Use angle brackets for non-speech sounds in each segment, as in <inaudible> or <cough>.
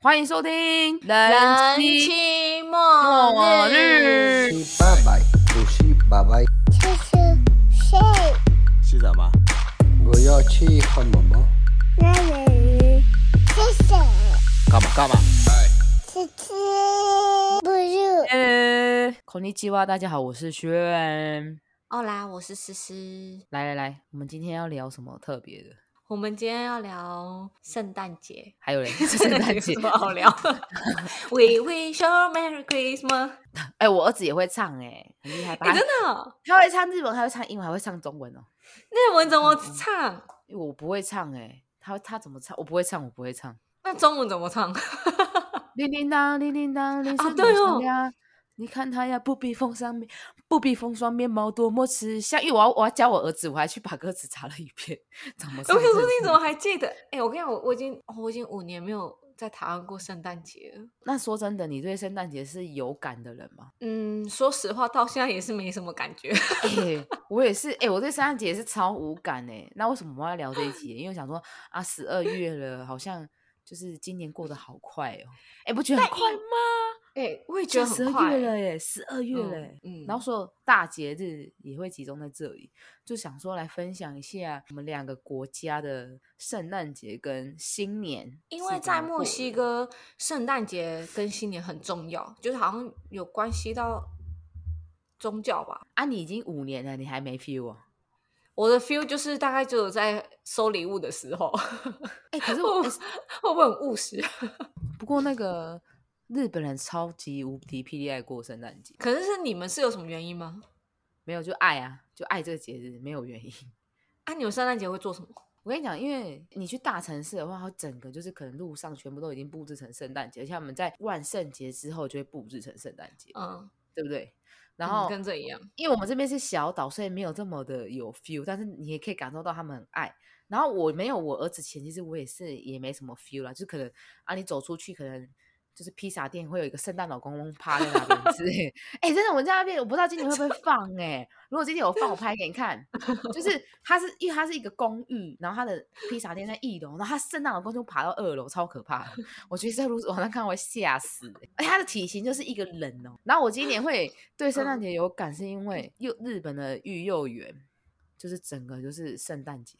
欢迎收听《人妻期末末日，日》。西拜拜，不是拜拜，就是睡是什么？我要去看妈妈。那个鱼，是谁？干嘛干嘛？是吃不入。呃，孔尼基哇，大家好，我是轩。哦啦，我是思思。来来来，我们今天要聊什么特别的？我们今天要聊圣诞节，还有 <laughs> 嘞，圣诞节 <laughs> 有什。么好 <laughs> 聊。We wish you a Merry Christmas。哎、我儿子也会唱、哎，很厉害吧？你真的哦？他会唱日文，他会唱英文，还会唱中文哦。日文怎么唱？因为我不会唱、哎，他他怎么唱？我不会唱，我不会唱。那中文怎么 <laughs> 唱？铃铃当，铃铃当，铃声对响哦呀。你看他呀，不比风霜面，不比风霜面貌多么慈祥。因为我要我要教我儿子，我还去把歌词查了一遍，怎么我唱想日文？说你怎么还记得？哎、我跟你讲，我我已经我已经五年没有在台湾过圣诞节了。那说真的，你对圣诞节是有感的人吗？ <laughs> 嗯，说实话，到现在也是没什么感觉。哎、我也是，哎、我对圣诞节是超无感哎、那为什么我们要聊这一集？因为我想说啊，十二月了，好像就是今年过得好快哦、哎、不觉得很快吗？哎、我也觉就得十很二快、月了耶、十二月了、耶嗯嗯然后所有大节日也会集中在这里，就想说来分享一下我们两个国家的圣诞节跟新年，因为在墨西。哥，圣诞节跟新年很重要，就是好像有关系到宗教吧。啊，你已经五年了，你还没 feel <laughs> 啊？我的 feel 就是大概只有在收礼物的时候， <laughs> 哎、可是我、 <laughs> 会哎不会很务实？啊不过那个日本人超级无敌霹雳爱过圣诞节， <laughs> 可是是你们是有什么原因吗？没有就爱啊，就爱这个节日，没有原因。 <laughs> 啊，你们圣诞节会做什么？我跟你讲，因为你去大城市的话，它整个就是可能路上全部都已经布置成圣诞节，而且他们在万圣节之后就会布置成圣诞节，嗯，对不对？然嗯后、跟这一样，因为我们这边是小岛，所以没有这么的有 feel，但是你也可以感受到他们很爱。然后我没有我儿子前，其实我也是也没什么 feel 啦，就是可能啊，你走出去可能就是披萨店会有一个圣诞老公公趴在那边之类。哎、真的，我 <laughs> 在那边我不知道今年会不会放哎、如果今天有放，我拍给你看。就是它是因为它是一个公寓，然后它的披萨店在一楼，然后它圣诞老公公爬到二楼，超可怕的。我觉得在路网上看我会吓死、欸，而且它的体型就是一个人哦、然后我今年会对圣诞节有感，是因为幼嗯日本的育幼园，就是整个就是圣诞节。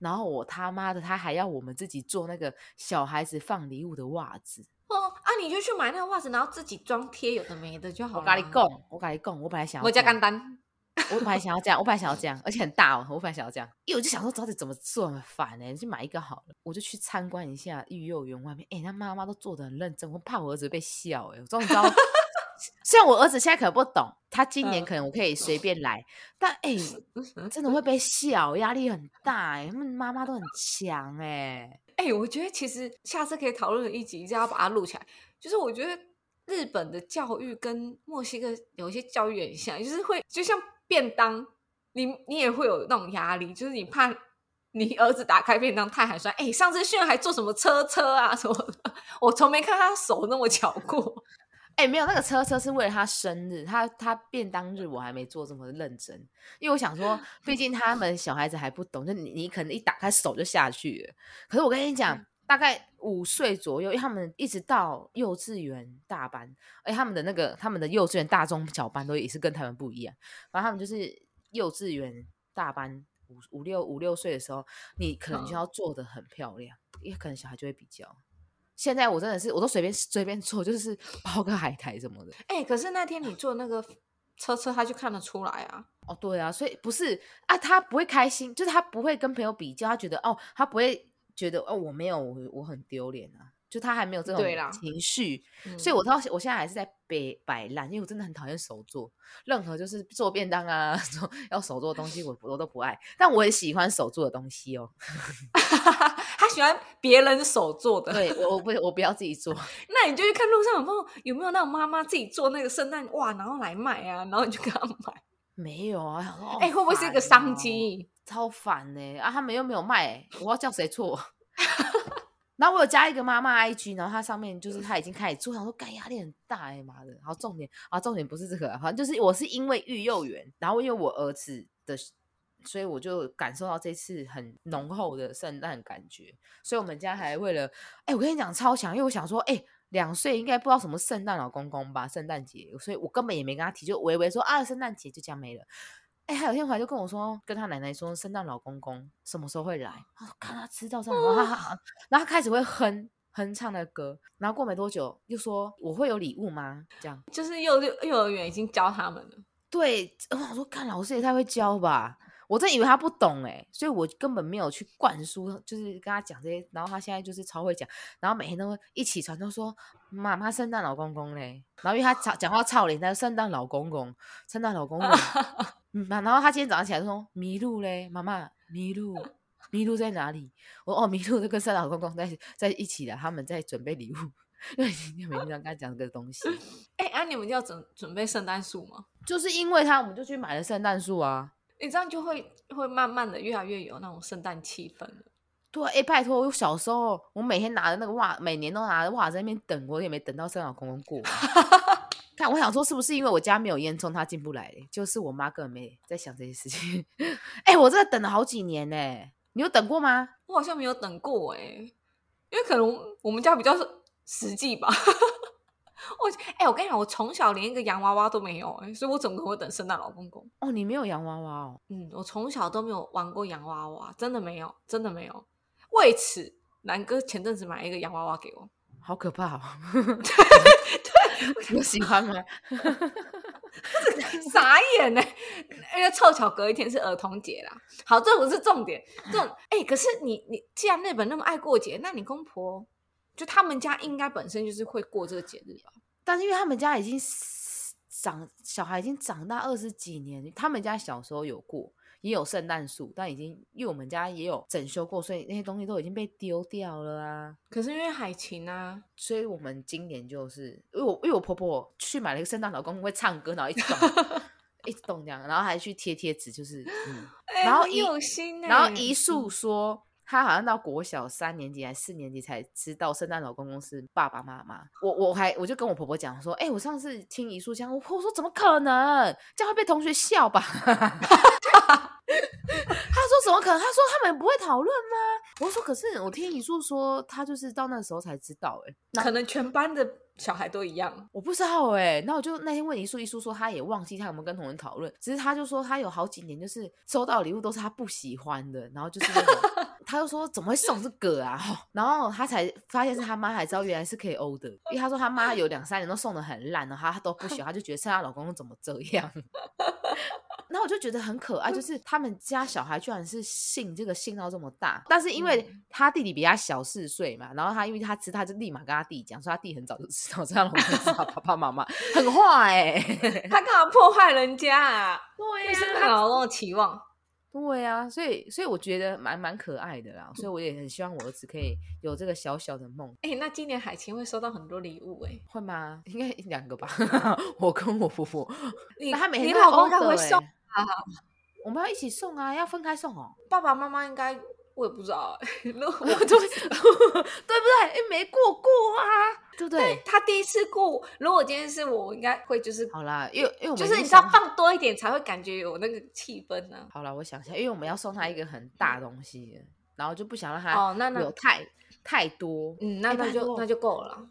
然后我他妈的，他还要我们自己做那个小孩子放礼物的袜子。哦啊，你就去买那个袜子，然后自己装贴有的没的就好我了。跟你讲，我跟你讲，我本来想要我这加样干单。 <laughs> 我本来想要这样，我本来想要这样，而且很大哦，我本来想要这样，因为我就想说到底怎么做很烦哎、去买一个好了，我就去参观一下育幼园外面，哎、那妈妈都做的很认真，我怕我儿子被笑哎、我终于 <laughs> 知道，虽然我儿子现在可能不懂，他今年嗯可能我可以随便来，但 <laughs> 哎、真的会被笑，压力很大哎、他们妈妈都很强哎、哎、我觉得其实下次可以讨论一集，这要把它录起来。就是我觉得日本的教育跟墨西哥有一些教育很像，就是会就像便当，你你也会有那种压力，就是你怕你儿子打开便当太寒酸。哎、上次炫还坐什么车车啊什么的，我从没看他手那么巧过。 <laughs> 哎、没有，那个车车是为了他生日，他他便当日我还没做这么认真，因为我想说，毕竟他们小孩子还不懂，就你你可能一打开手就下去了。可是我跟你讲，大概五岁左右，因为他们一直到幼稚园大班，哎，他们的那个他们的幼稚园大中小班都也是跟他们不一样，反正他们就是幼稚园大班五五六五六岁的时候，你可能就嗯要做的很漂亮，因为可能小孩就会比较。现在我真的是，我都随便随便做，就是 <laughs> 包个海苔什么的。哎、可是那天你坐那个车车，他就看得出来啊。哦，对啊，所以不是啊，他不会开心，就是他不会跟朋友比较，他觉得哦，他不会觉得哦，我没有，我我很丢脸啊，就他还没有这对啦种情绪，嗯所以我到我现在还是在北摆烂，因为我真的很讨厌手做，任何就是做便当啊， <laughs> 做要手做的东西我我都不爱，但我也喜欢手做的东西哦。 <laughs> 他喜欢别人手做的，对我我不我不要自己做， <laughs> 那你就去看路上有没有有没有那种妈妈自己做那个圣诞袜，然后来卖啊，然后你就给她买。没有啊，想说哎、会不会是一个商？好烦哦机？超烦呢、啊，他们又没有卖、我要叫谁错？ <laughs> 然后我有加一个妈妈 IG，然后她上面就是她已经开始做，想说干压力很大哎、妈的。然后重点啊，重点不是这个啊，反正就是我是因为育幼园，然后因为我儿子的所以我就感受到这次很浓厚的圣诞感觉。所以我们家还为了，哎、我跟你讲超强，因为我想说，哎、两岁应该不知道什么圣诞老公公吧，圣诞节，所以我根本也没跟他提，就微微说啊，圣诞节就这样没了。哎、还有一天回来就跟我说，跟他奶奶说，圣诞老公公什么时候会来？他说看他知道上，然后他他然后他开始会哼哼唱的歌，然后过没多久又说我会有礼物吗？这样就是幼幼幼儿园已经教他们了。对，我想说，看老师也太会教吧，我真以为他不懂哎、所以我根本没有去灌输，就是跟他讲这些，然后他现在就是超会讲，然后每天都会一起床都说妈妈圣诞老公公嘞，然后因为他吵讲话操脸，他说圣诞老公公，圣诞老公公，嗯，然后他今天早上起来就说迷路嘞，妈妈迷路。迷路在哪里？我说哦，迷路就跟圣诞老公公在在一起了，他们在准备礼物， <laughs> 因为今天每天都要跟他讲这个东西。哎、啊，你们要准准备圣诞树吗？就是因为他，我们就去买了圣诞树啊。你这样就会会慢慢的越来越有那种圣诞气氛了。对，哎、拜托，我小时候我每天拿着那个袜，每年都拿着袜子在那边等，我也没等到圣诞老公公过啊。看，我想说是不是因为我家没有烟囱，他进不来嘞？就是我妈根本没在想这些事情。 <laughs> 哎、我真的等了好几年呢、你有等过吗？我好像没有等过哎、因为可能我们家比较实际吧。 <laughs> 我哎、我跟你讲，我从小连一个洋娃娃都没有哎、所以我怎么可能会等圣诞老公公？哦，你没有洋娃娃哦。嗯，我从小都没有玩过洋娃娃，真的没有，真的没有。为此，南哥前阵子买了一个洋娃娃给我，好可怕哦！ <laughs> 你喜欢吗？傻眼呢、因为凑巧隔一天是儿童节啦。好，这不是重点，重哎、可是你你既然日本那么爱过节，那你公婆就他们家应该本身就是会过这个节日吧？但是因为他们家已经 s- 长小孩已经长大二十几年，他们家小时候有过，也有圣诞树，但已经因为我们家也有整修过，所以那些东西都已经被丢掉了啊。可是因为海琴啊，所以我们今年就是因为我因为我婆婆去买了一个圣诞老公公会唱歌，然后一直动 <laughs> 一直动这样，然后还去贴贴纸，就是嗯。哎然后很一有心呢、然后一树说，他好像到国小三年级还是四年级才知道圣诞老公公是爸爸妈妈。我我还我就跟我婆婆讲说，哎、我上次听一树讲，我婆婆说怎么可能？这样会被同学笑吧？ <laughs> 他说怎么可能？他说他们不会讨论吗？我说可是我听一树说，他就是到那时候才知道、欸，可能全班的小孩都一样，我不知道哎、那我就那天问一叔，一叔说他也忘记他有没有跟同人讨论，只是他就说他有好几年就是收到礼物都是他不喜欢的，然后就是那种他就说怎么会送这个啊， <laughs> 哦然后他才发现是他妈才知道原来是可以欧的，因为他说他妈有两三年都送的很烂，然后他都不喜欢，他就觉得圣诞老公公怎么这样。 <laughs> 然后我就觉得很可爱，就是他们家小孩居然是信这个信到这么大，但是因为他弟弟比他小四岁嘛，然后他因为他知道，他就立马跟他弟讲，说他弟很早就知道，这样我们知道 <laughs> 爸爸妈妈很坏哎、他干嘛破坏人家啊？对 <laughs> 对圣诞老公的期望。对呀、所以所以我觉得蛮蛮可爱的啦，所以嗯我也很希望我儿子可以有这个小小的梦，哎、那今年海琴会收到很多礼物哎、会吗？应 <laughs> 该两个吧， <laughs> 我跟我婆婆，你但他每天你都老公欧该的会欸送，啊 <laughs> 我们要一起送啊，要分开送 <laughs> 哦。爸爸妈妈应该我也不知道、欸， <laughs> <laughs> 如果对对不对？哎，没过过啊，对不对？他第一次过，如果今天是我，我应该会就是好啦，因为因为我们就已是经你知道想好放多一点才会感觉有那个气氛啊 <laughs> 呢、好了，我想一下，因为我们要送他一个很大的东西，然后就不想让他哦，那那啊有太、太多。嗯，那哎那拜就托那就够了啦。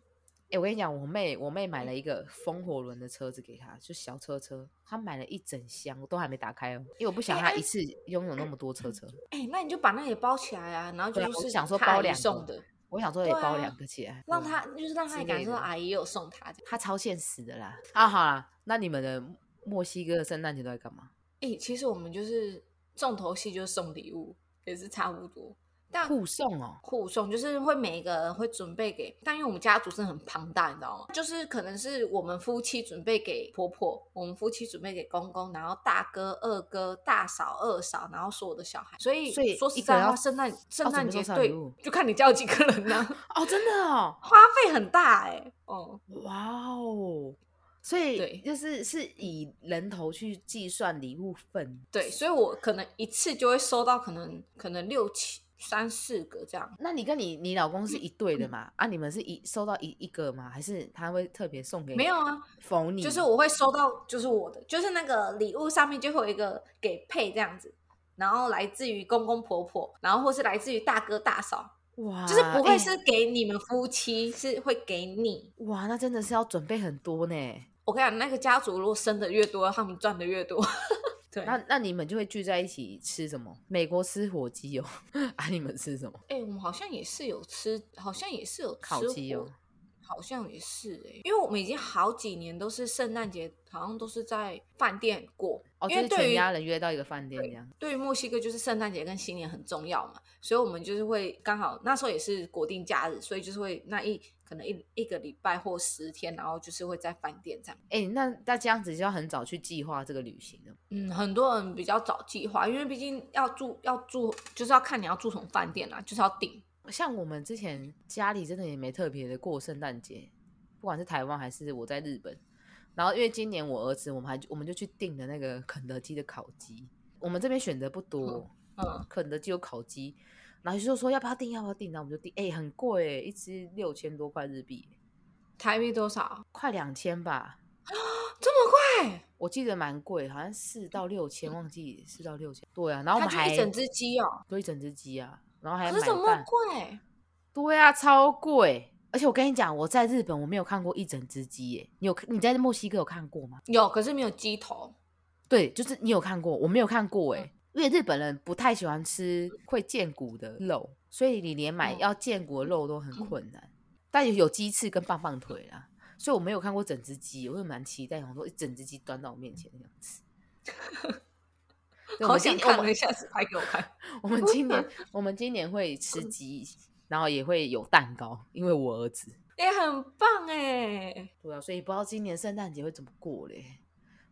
哎、我跟你讲，我妹我妹嗯买了一个风火轮的车子给她，就小车车，她买了一整箱，我都还没打开哦，因为我不想哎她哎一次拥有那么多车车。哎、那你就把那也包起来啊，然后就对啊就我是想说他包阿姨两个送的，我想说也对包啊两个起来，让嗯他就是让他之也感类受的到阿姨也有送他这样。她超现实的啦。啊，好啦，那你们的墨西哥的圣诞节都在干嘛？哎、其实我们就是重头戏就是送礼物，也是差不多，但互送哦，互送，就是会每一个人会准备给，但因为我们家族是很庞大，你知道吗？就是可能是我们夫妻准备给婆婆，我们夫妻准备给公公，然后大哥、二哥、大嫂、二嫂，然后所有的小孩。所以，所以说实一个人在要话，圣诞圣诞节准备多少对礼物，就看你家有几个人 <laughs> 呢、哦，真的哦，花费很大哎、哦，哇哦！所以对就是是以人头去计算礼物份。对，所以我可能一次就会收到可能可能六七三四个这样。那你跟你你老公嗯是一对的嘛？啊，你们是一收到一一个吗？还是他会特别送给？没有，啊，否你就是我会收到，就是我的，就是那个礼物上面就会有一个给配这样子，然后来自于公公婆婆，然后或是来自于大哥大嫂，哇，就是不会哎是给你们夫妻，是会给你。哇，那真的是要准备很多呢。我跟你讲，那个家族如果生的越多，他们赚的越多。 <laughs> 对，那哎、那你们就会聚在一起吃什么？美国吃火鸡哦， <laughs> 啊，你们吃什么？哎我们好像也是有吃，好像也是有吃烤鸡火哦好像也是哎、因为我们已经好几年都是圣诞节，好像都是在饭店过。哦，就因为是对全于家人约到一个饭店这样。对于墨西哥，就是圣诞节跟新年很重要嘛，所以我们就是会刚好那时候也是国定假日，所以就是会那一可能一一个礼拜或十天，然后就是会在饭店这样。哎、那那这样子就要很早去计划这个旅行了。嗯，很多人比较早计划，因为毕竟要住要住，就是要看你要住什么饭店啦、就是要订。像我们之前家里真的也没特别的过圣诞节，不管是台湾还是我在日本。然后因为今年我儿子，我们还我们就去订了那个肯德基的烤鸡。我们这边选择不多，嗯，肯德基有烤鸡，然后就说要不要订，要不要订，然后我们就订。哎、很贵哎、一只六千多块日币、台币多少？快两千吧，这么贵？我记得蛮贵，好像四到六千，忘记四到六千。对啊，然后我们它就还一整只鸡哦，就一整只鸡啊，然后还可要买是怎么那么蛋。贵？对啊，超贵。而且我跟你讲，我在日本我没有看过一整只鸡耶。你有你在墨西哥有看过吗？有，可是没有鸡头。对，就是你有看过，我没有看嗯过哎。因为日本人不太喜欢吃会见骨的肉，所以你连买嗯要见骨的肉都很困难。但有有鸡翅跟棒棒腿啦，所以我没有看过整只鸡，我也蛮期待，想说一整只鸡端到我面前那样子。对我好们今想看欸我了，们下次拍给我看。我们今年我们今年会吃鸡，然后也会有蛋糕，因为我儿子。哎、很棒哎！对啊，所以不知道今年圣诞节会怎么过嘞。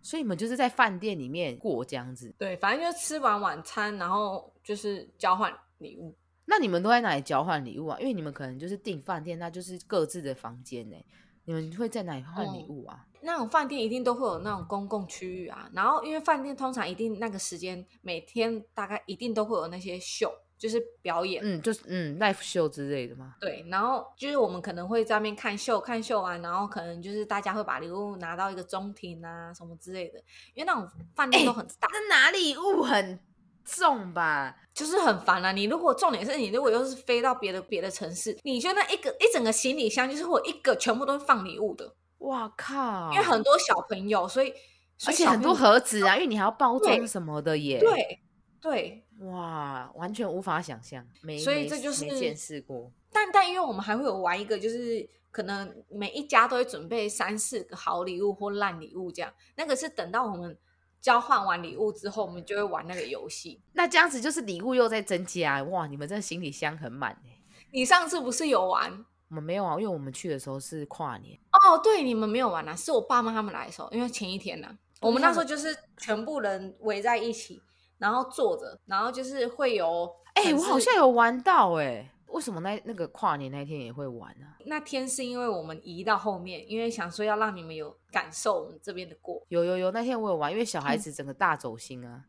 所以你们就是在饭店里面过这样子，对，反正就吃完晚餐，然后就是交换礼物。那你们都在哪里交换礼物啊？因为你们可能就是订饭店，那就是各自的房间呢。你们会在哪里换礼嗯物啊？那种饭店一定都会有那种公共区域啊，然后因为饭店通常一定那个时间，每天大概一定都会有那些秀，就是表演。嗯，就是嗯，life show 之类的吗？对，然后就是我们可能会在那边看秀，看秀完，然后可能就是大家会把礼物拿到一个中庭啊什么之类的，因为那种饭店都很大，那拿礼物很重吧？就是很烦啊。你如果重点是你如果又是飞到别的别的城市，你就那一个一整个行李箱就是会有一个全部都是放礼物的，哇靠！因为很多小朋友，所以所嗯而以且小很朋多友盒子啊，因为你还要包对装什么的耶。，对对，哇，完全无法想象，没所以没这就是没见识过。但但因为我们还会有玩一个，就是可能每一家都会准备三四个好礼物或烂礼物这样，那个是等到我们交换完礼物之后，我们就会玩那个游戏。那这样子就是礼物又在增加，哇！你们这行李箱很满哎。你上次不是有玩？我们没有啊，因为我们去的时候是跨年，哦，对，你们没有玩啊，是我爸妈他们来的时候，因为前一天呢、哦我们那时候就是全部人围在一起，然后坐着，然后就是会有，哎、可能我好是像有玩到哎、为什么那那个跨年那天也会玩啊？那天是因为我们移到后面，因为想说要让你们有感受我们这边的过。 <laughs> 有有有，那天我有玩，因为小孩子整个大走心啊，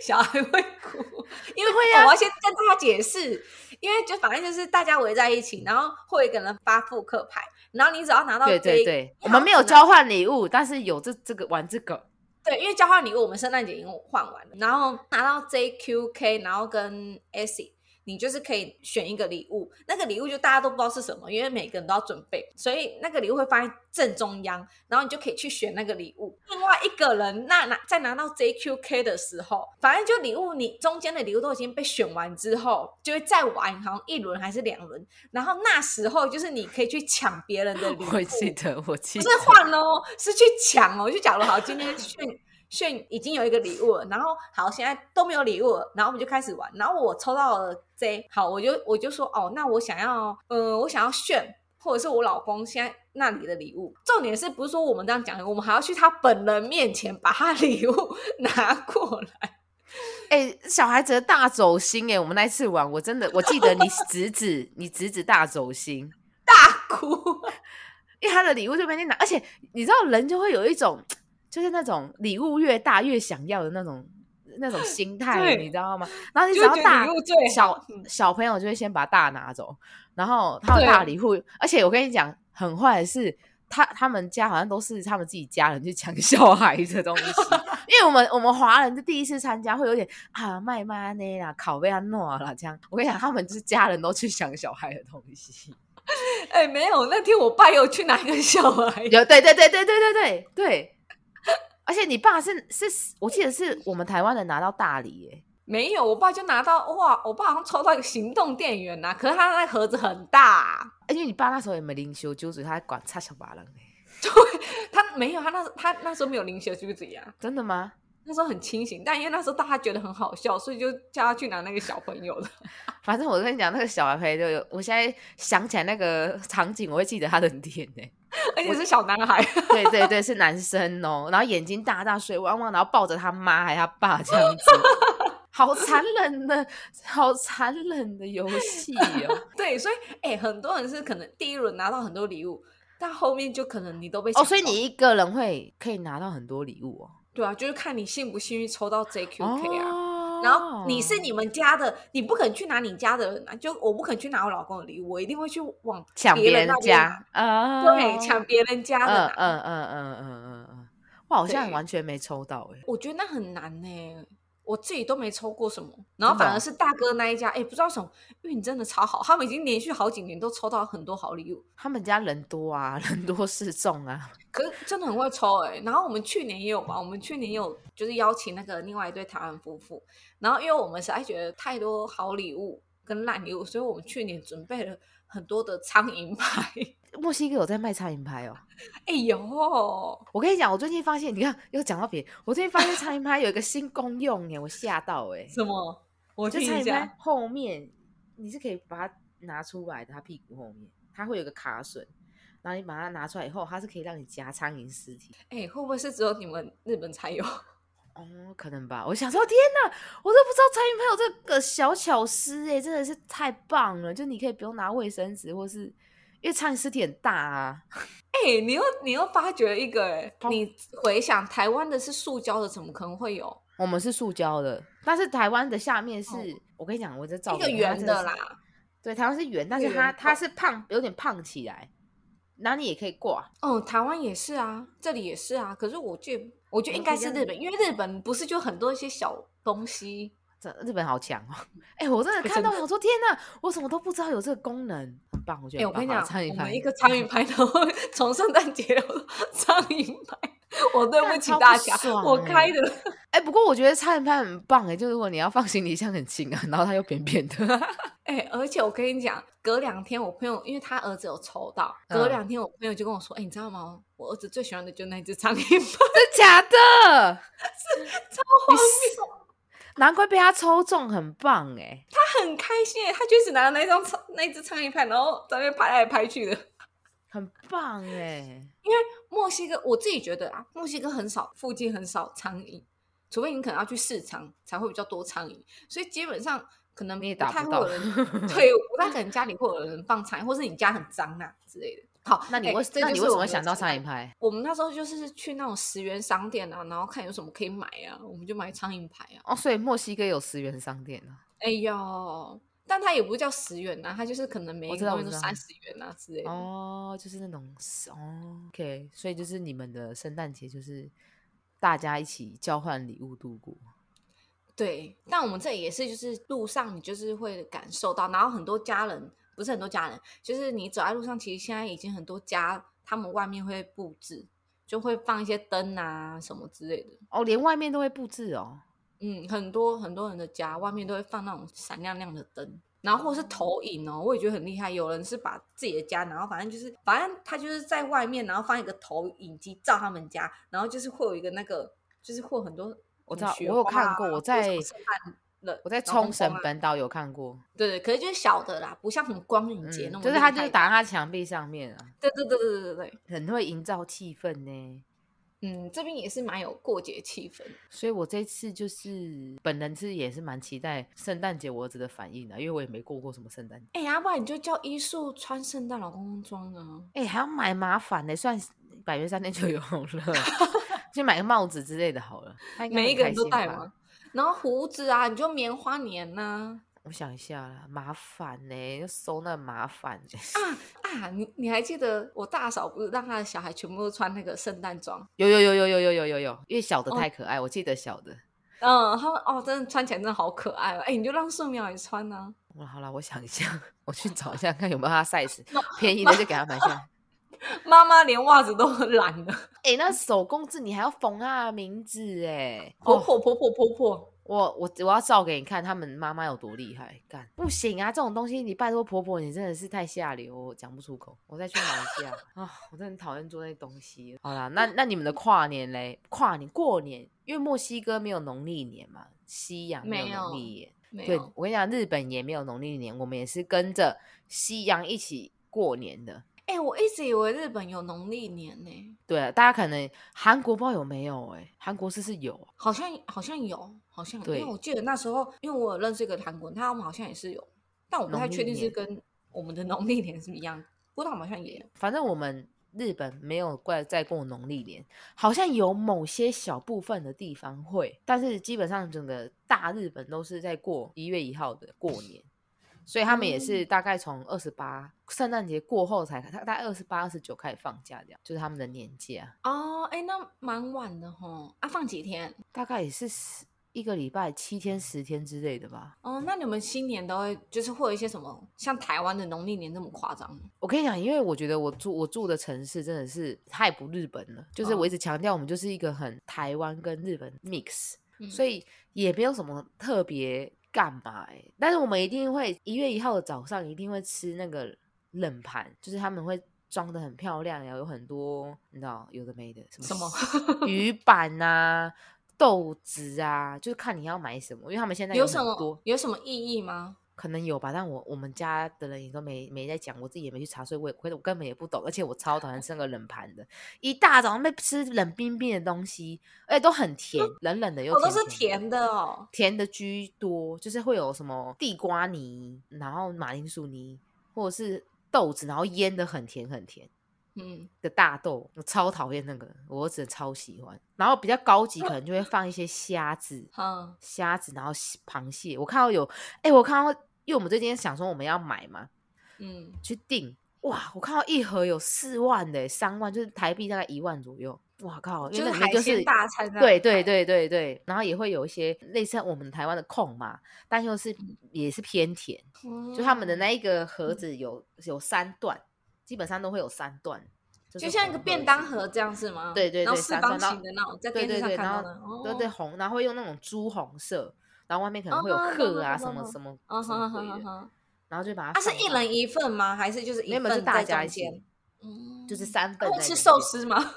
小孩会哭，因为会啊我要先跟大家解释，因为就反正就是大家围在一起，然后会有一个人发扑克牌，然后你只要拿到对这对一对，你我好们没有只能交换礼物，但是有这这个玩这个，对，因为交换礼物我们圣诞节已经换完了，然后拿到 JQK，然后跟 S。你就是可以选一个礼物，那个礼物就大家都不知道是什么，因为每个人都要准备，所以那个礼物会放在正中央，然后你就可以去选那个礼物。另外一个人那拿在拿到 JQK 的时候，反正就礼物你中间的礼物都已经被选完之后，就会再玩好像一轮还是两轮，然后那时候就是你可以去抢别人的礼物。 <laughs> 我记得我记不得是，换哦，是去抢哦。就假如好，今天炫炫已经有一个礼物了，然后好，现在都没有礼物了，然后我们就开始玩。然后我抽到了 J，好，我就我就说哦，那我想要，呃，我想要炫，或者是我老公现在那里的礼物。重点是不是说我们这样讲，我们还要去他本人面前把他礼物 <laughs> 拿过来？哎、小孩子的大走心哎、我们那一次玩，我真的我记得你侄子，你侄子大走心，大哭，因为他的礼物就被你拿，而且你知道人就会有一种就是那种礼物越大越想要的那种那 <laughs> 种心态，对你知道吗？然后你只就要觉得嗯大礼物最好小小朋友就会先把大拿走，然后他的对大礼物，而且我跟你讲，很坏的是。他他们家好像都是他们自己家人去抢小孩的东西， <laughs> 因为我们我们华人就第一次参加，会有点啊卖妈呢啦，拷贝啊诺啦这样。我跟你讲，他们就是家人都去抢小孩的东西。哎、没有，那天我爸有去拿一个小孩，有对对对对对对对对，而且你爸是是，我记得是我们台湾人拿到大礼耶、没有，我爸就拿到哇，我爸好像抽到一个行动电源呐、可是他那盒子很大，因为你爸那时候也没灵修，就是他还管差小把郎、欸、他没有，他那他那时候没有零学就是这样，真的吗？ <laughs> 那时候很清醒，但因为那时候大家觉得很好笑，所以就叫他去拿那个小朋友的。反正我跟你讲，那个小孩就有，我现在想起来那个场景，我会记得他的脸呢、而且是小男孩， <laughs> 对对对，是男生哦，然后眼睛大大水汪汪，然后抱着他妈还有他爸这样子，好残忍的，好残忍的游戏哦。 <laughs> 对，所以哎、很多人是可能第一轮拿到很多礼物，但后面就可能你都被哦，抢所以走你一个人会可以拿到很多礼物哦。对啊，就是看你幸不幸运抽到 JQK 啊。哦然后你是你们家的，你不肯去拿你家的人啊，就我不肯去拿我老公的礼物，我一定会去往抢别别人人那边家啊，拿，对，抢别人家的嗯嗯拿。嗯嗯嗯嗯嗯，哇，好像对完全没抽到哎、我觉得那很难呢、我自己都没抽过什么，然后真的反哦而是大哥那一家，哎、不知道为什么运真的超好，他们已经连续好几年都抽到很多好礼物，他们家人多啊， <laughs> 人多势众啊，可是真的很会抽哎、然后我们去年也有吧，我们去年也有就是邀请那个另外一对台湾夫妇，然后因为我们实在觉得太多好礼物跟烂礼物，所以我们去年准备了很多的苍蝇拍，墨西哥有在卖苍蝇拍哦。哎呦，我跟你讲，我最近发现，你看又讲到别人，我最近发现苍蝇拍有一个新功用耶，我吓到哎、什么？我就听苍一蝇拍下，后面你是可以把它拿出来的，它屁股后面它会有个卡榫，然后你把它拿出来以后，它是可以让你夹苍蝇尸体。哎、会不会是只有你们日本才有？哦，可能吧。我想说，天哪，我都不知道苍蝇拍有这个小巧思哎、真的是太棒了！就你可以不用拿卫生纸，或是因为苍蝇尸体很大啊。哎、你又你又发掘了一个哎、好你回想台湾的是塑胶的，怎么可能会有我们是塑胶的，但是台湾的下面是，哦我跟你讲，我这照一个片它圆啊真的的是啦？对，台湾是圆，但是一个它圆它筒是胖，有点胖起来，哪里也可以挂。哦，台湾也是啊，这里也是啊。可是我觉得，我觉得我应该觉是得日本，因为日本不是就很多一些小东西，这日本好强哦！哎、我真的这看真的到，我说天哪，我怎么都不知道有这个功能，很棒，我觉哎、得很我跟你棒讲好苍，我蝇们拍一个 <laughs> 苍蝇拍，然后从圣诞节聊到苍蝇拍，我对不干起超不大家，爽我欸开的。哎、不过我觉得苍蝇拍很棒哎、就如果你要放行李箱很轻啊，然后它又扁扁 <laughs> 的，哎、而且我跟你讲，隔两天我朋友，因为他儿子有抽到，嗯隔两天我朋友就跟我说：“哎、你知道吗？我儿子最喜欢的就是那一只苍蝇拍。”真假的？荒难怪被它抽中，很棒哎、很开心耶，他就一直拿着那张苍那一只苍蝇拍，然后在那边拍来拍去的。很棒哎、墨西哥我自己觉得啊，墨西哥很少，附近很少苍蝇，除非你可能要去市场才会比较多苍蝇，所以基本上可能你也不打太不会到有人，对，不太可能家里会有人放苍蝇，或是你家很脏啊之类的。好，那你哎为、这那就你是为什我么们会的想到吃苍法蝇拍？我们那时候就是去那种十元商店啊，然后看有什么可以买啊，我们就买苍蝇拍啊。哦，所以墨西哥有十元商店啊。哎呦，但它也不叫十元呐、它就是可能每我一知个道东我西知都道三十元啊之类的。哦，就是那种是哦，OK，所以就是你们的圣诞节就是大家一起交换礼物度过。对，但我们这里也是，就是路上你就是会感受到，然后很多家人不是很多家人，就是你走在路上，其实现在已经很多家，他们外面会布置，就会放一些灯啊什么之类的。哦，连外面都会布置哦。嗯，很多很多人的家外面都会放那种闪亮亮的灯，然后或者是投影哦，我也觉得很厉害。有人是把自己的家，然后反正就是，反正他就是在外面，然后放一个投影机照他们家，然后就是会有一个那个，就是会有很多我知什么道，雪我有花看啊过，或我者什在么圣诞了我在然后冲绳灯光啊本岛有看过，对对，可是就是小的啦，不像什么光影嗯，节那么、就是他就是，打在他墙壁上面啊，对对对对对对，很会营造气氛呢。嗯，这边也是蛮有过节气氛。所以我这次就是本人是也是蛮期待圣诞节我儿子的反应的，啊因为我也没过过什么圣诞节。哎、要不然你就叫医术穿圣诞老公公装啊。哎、还要买麻烦呢、算百元商店就有 <laughs> 了，去买个帽子之类的好了。他应该每很一个开人都心戴吧吗？然后胡子啊，你就棉花棉呐、我想一下啦，麻烦呢、要收纳麻烦、欸。啊啊！你你还记得我大嫂不是让她的小孩全部都穿那个圣诞装？ <laughs> 有有有有有有有有有，因为小的哦太可爱，我记得小的。嗯，他们哦，真的穿起来真的好可爱哦！哎、你就让素描也穿呢、哇，好啦，我想一下， <laughs> 我去找一下看有没有 <laughs> 它 size，便宜的就给它买下来。妈妈连袜子都 <laughs> 懒了，哎、那手工字你还要缝它的名字哎、婆哦婆婆婆婆婆，我我我要照给你看，他们妈妈有多厉害，干不行啊！这种东西你拜托婆婆，你真的是太下流，我讲不出口。我再去买一 <laughs> 下啊！我真的很讨厌做那东西。好啦，那那你们的跨年嘞？跨年过年，因为墨西哥没有农历年嘛，西洋没没有农有历年。没对有，我跟你讲，日本也没有农历年，我们也是跟着西洋一起过年的。哎、我一直以为日本有农历年呢、对啊，大家可能韩国不知道有没有哎、韩国是是有啊，好像好像有，好像有因对为我记得那时候，因为我有认识一个韩国人，他们好像也是有，但我不太农历确定是年跟我们的 <laughs> 农历年是不是一样，不过他们好像也有。反正我们日本没有过在过农历年，好像有某些小部分的地方会，但是基本上整个大日本都是在过一月一号的过年，所以他们也是大概从二十八圣诞节过后才开，大概二十八、二十九开始放假，这样就是他们的年假，哦，哎、那蛮晚的吼，啊，放几天？大概也是十一个礼拜七天、十天之类的吧。哦，那你们新年都会就是会有一些什么像台湾的农历年这么夸张吗？我跟你讲，因为我觉得我住我住的城市真的是太不日本了，就是哦我一直强调，我们就是一个很台湾跟日本 mix，、嗯所以也没有什么特别干嘛哎、但是我们一定会一月一号的早上一定会吃那个冷盘，就是他们会装的很漂亮，然后有很多你知道有的没的什什么么？鱼板啊、豆子啊，就是看你要买什么，因为他们现在有很什多么有什么意义吗？可能有吧，但我我们家的人也都没没在讲，我自己也没去查，所以我也我根本也不懂，而且我超讨厌吃那个冷盘的，一大早上被吃冷冰冰的东西，而且都很甜，冷冷的又哦，都甜是甜甜的哦。甜的居多，就是会有什么地瓜泥，然后马铃薯泥，或者是豆子，然后腌的很甜很甜嗯，的大豆，我超讨厌那个，我儿子超喜欢。然后比较高级，可能就会放一些虾子，好，虾子，然后蟹螃蟹。我看到有，哎、我看到，因为我们最近想说我们要买嘛，嗯，去订。哇，我看到一盒有四万的、三万，就是台币大概一万左右。哇靠，因就为是那里面海鲜大餐啊。对对对对对，然后也会有一些类似我们台湾的控嘛，但又是也是偏甜，嗯，就他们的那一个盒子有有三段，基本上都会有三段，就像一个便当盒这样是吗？对对对然后四三方三形的那种，在对电视对对，上看然到后的。哦对对，红，然后会用那种朱红色，然后外面可能会有哦懂鹤啊懂什懂么懂什么嗯什么哼鬼哼的，哼哼，然后就把它它啊是放一到人一份吗？还是就是一没有没有是份大在家中一起间？，嗯就是三他份会在吃里寿面司吗？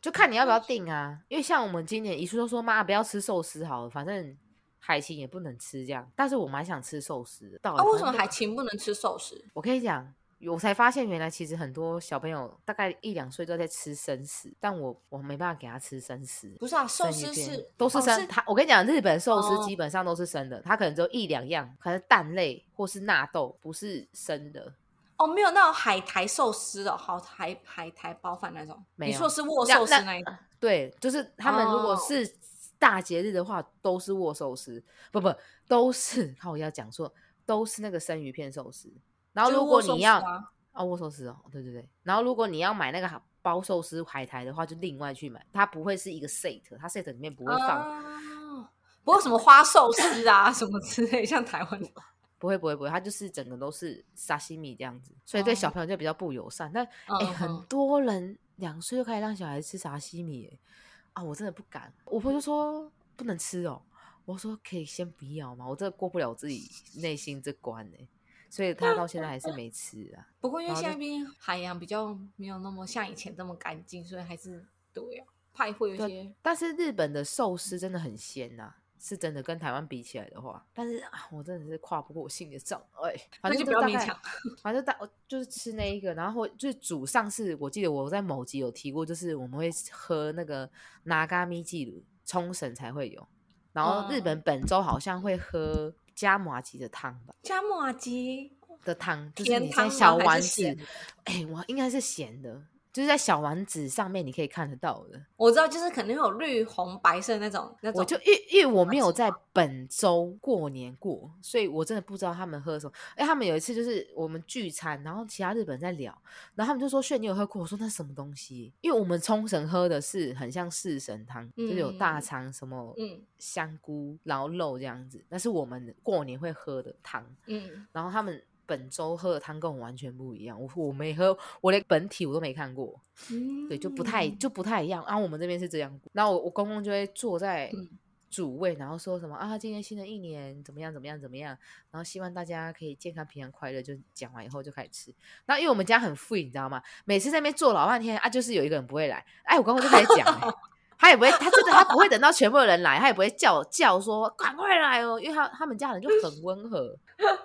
就看你要不要订啊，因为像我们今年一叔都说妈不要吃寿司好了，反正海鲜也不能吃这样，但是我蛮想吃寿司的。到底啊，为反什正么都海琴不能吃寿司？我跟你讲，我才发现原来其实很多小朋友大概一两岁都在吃生食，但我我没办法给他吃生食。不是啊，寿生司鱼片是都是哦生，他我跟你讲，日本寿司哦基本上都是生的，它可能只有一两样，可能蛋类或是纳豆，不是生的。哦，没有那种海苔寿司哦，好海海苔包饭那种。没你有说是握那寿司那那一种？对，就是他们如果哦是大节日的话，都是握寿司，不不，都是 <laughs> 看我要讲错，都是那个生鱼片寿司。然后就是如握果寿你司要啊啊握寿司哦，对对对，然后如果你要买那个包寿司海苔的话，就另外去买，它不会是一个 set，它 set 里面不会放，哦，不过什么花寿司啊，什么之类，像台湾的不会不会不会，它就是整个都是沙西米这样子，所以对小哦朋友就比较不友善。但哎、嗯很嗯多人两岁就开始让小孩吃沙西米耶、啊，我真的不敢。我婆就说不能吃哦，我说可以先不要嘛，我真的过不了我自己内心这关哎、所以他到现在还是没吃啊。不过因为然后现就在毕竟海洋比较没有那么像以前这么干净，所以还是对啊，怕会有一对些但是日本的寿司真的很鲜呐、是真的跟台湾比起来的话，但是啊，我真的是跨不过我心里的障碍。反那正就就不要大勉概强，反正大就是吃那一个，然后就是煮。上次我记得我在某集有提过，就是我们会喝那个拿嘎米记鲁，冲绳才会有，然后日嗯本本州好像会喝加麻吉的汤吧。加木耳鸡的汤，就是甜你汤在吗小还是丸子咸的，哎、我应该是咸的，就是在小丸子上面你可以看得到的。我知道，就是可能会有绿、红、白色那种那种。我就因为因为我没有在本州过年过，所以我真的不知道他们喝什么。哎，他们有一次就是我们聚餐，然后其他日本人在聊，然后他们就说：“炫，你有喝过？”我说：“那什么东西？”因为我们冲绳喝的是很像四神汤，就是有大嗯肠什么嗯香菇、然后肉这样子，那是我们过年会喝的汤。嗯，然后他们本州喝的汤跟我完全不一样，我我没喝，我连本体我都没看过。嗯对，就不太就不太一样。然、啊后我们这边是这样，然后我我公公就会坐在嗯主位，然后说什么啊，今年新的一年怎么样怎么样怎么样，然后希望大家可以健康平安快乐。就讲完以后就开始吃。那因为我们家很富裕，你知道吗？每次在那边坐老半天啊，就是有一个人不会来，哎，我公公就开始讲、 <laughs> 欸。他也不会，他真的他不会等到全部的人来，他也不会叫叫说赶快来哦，因为他他们家人就很温和，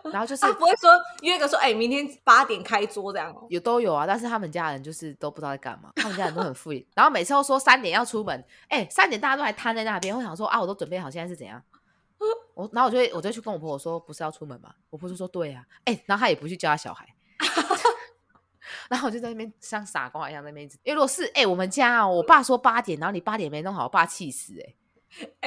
然后就是他不会说约个说，哎、明天八点开桌这样哦。有都有啊，但是他们家人就是都不知道在干嘛，他们家人都很富裕，然后每次都说三点要出门，哎、三点大家都还瘫在那边，我想说啊，我都准备好，现在是怎样？我然后我就会我就去跟我婆婆说，不是要出门吗？我婆婆就说对啊，哎、然后她也不去叫她小孩， <laughs> 然后我就在那边像傻瓜一样在那边一直，因为如果是哎、我们家哦，我爸说八点，然后你八点没弄好，我爸气死哎、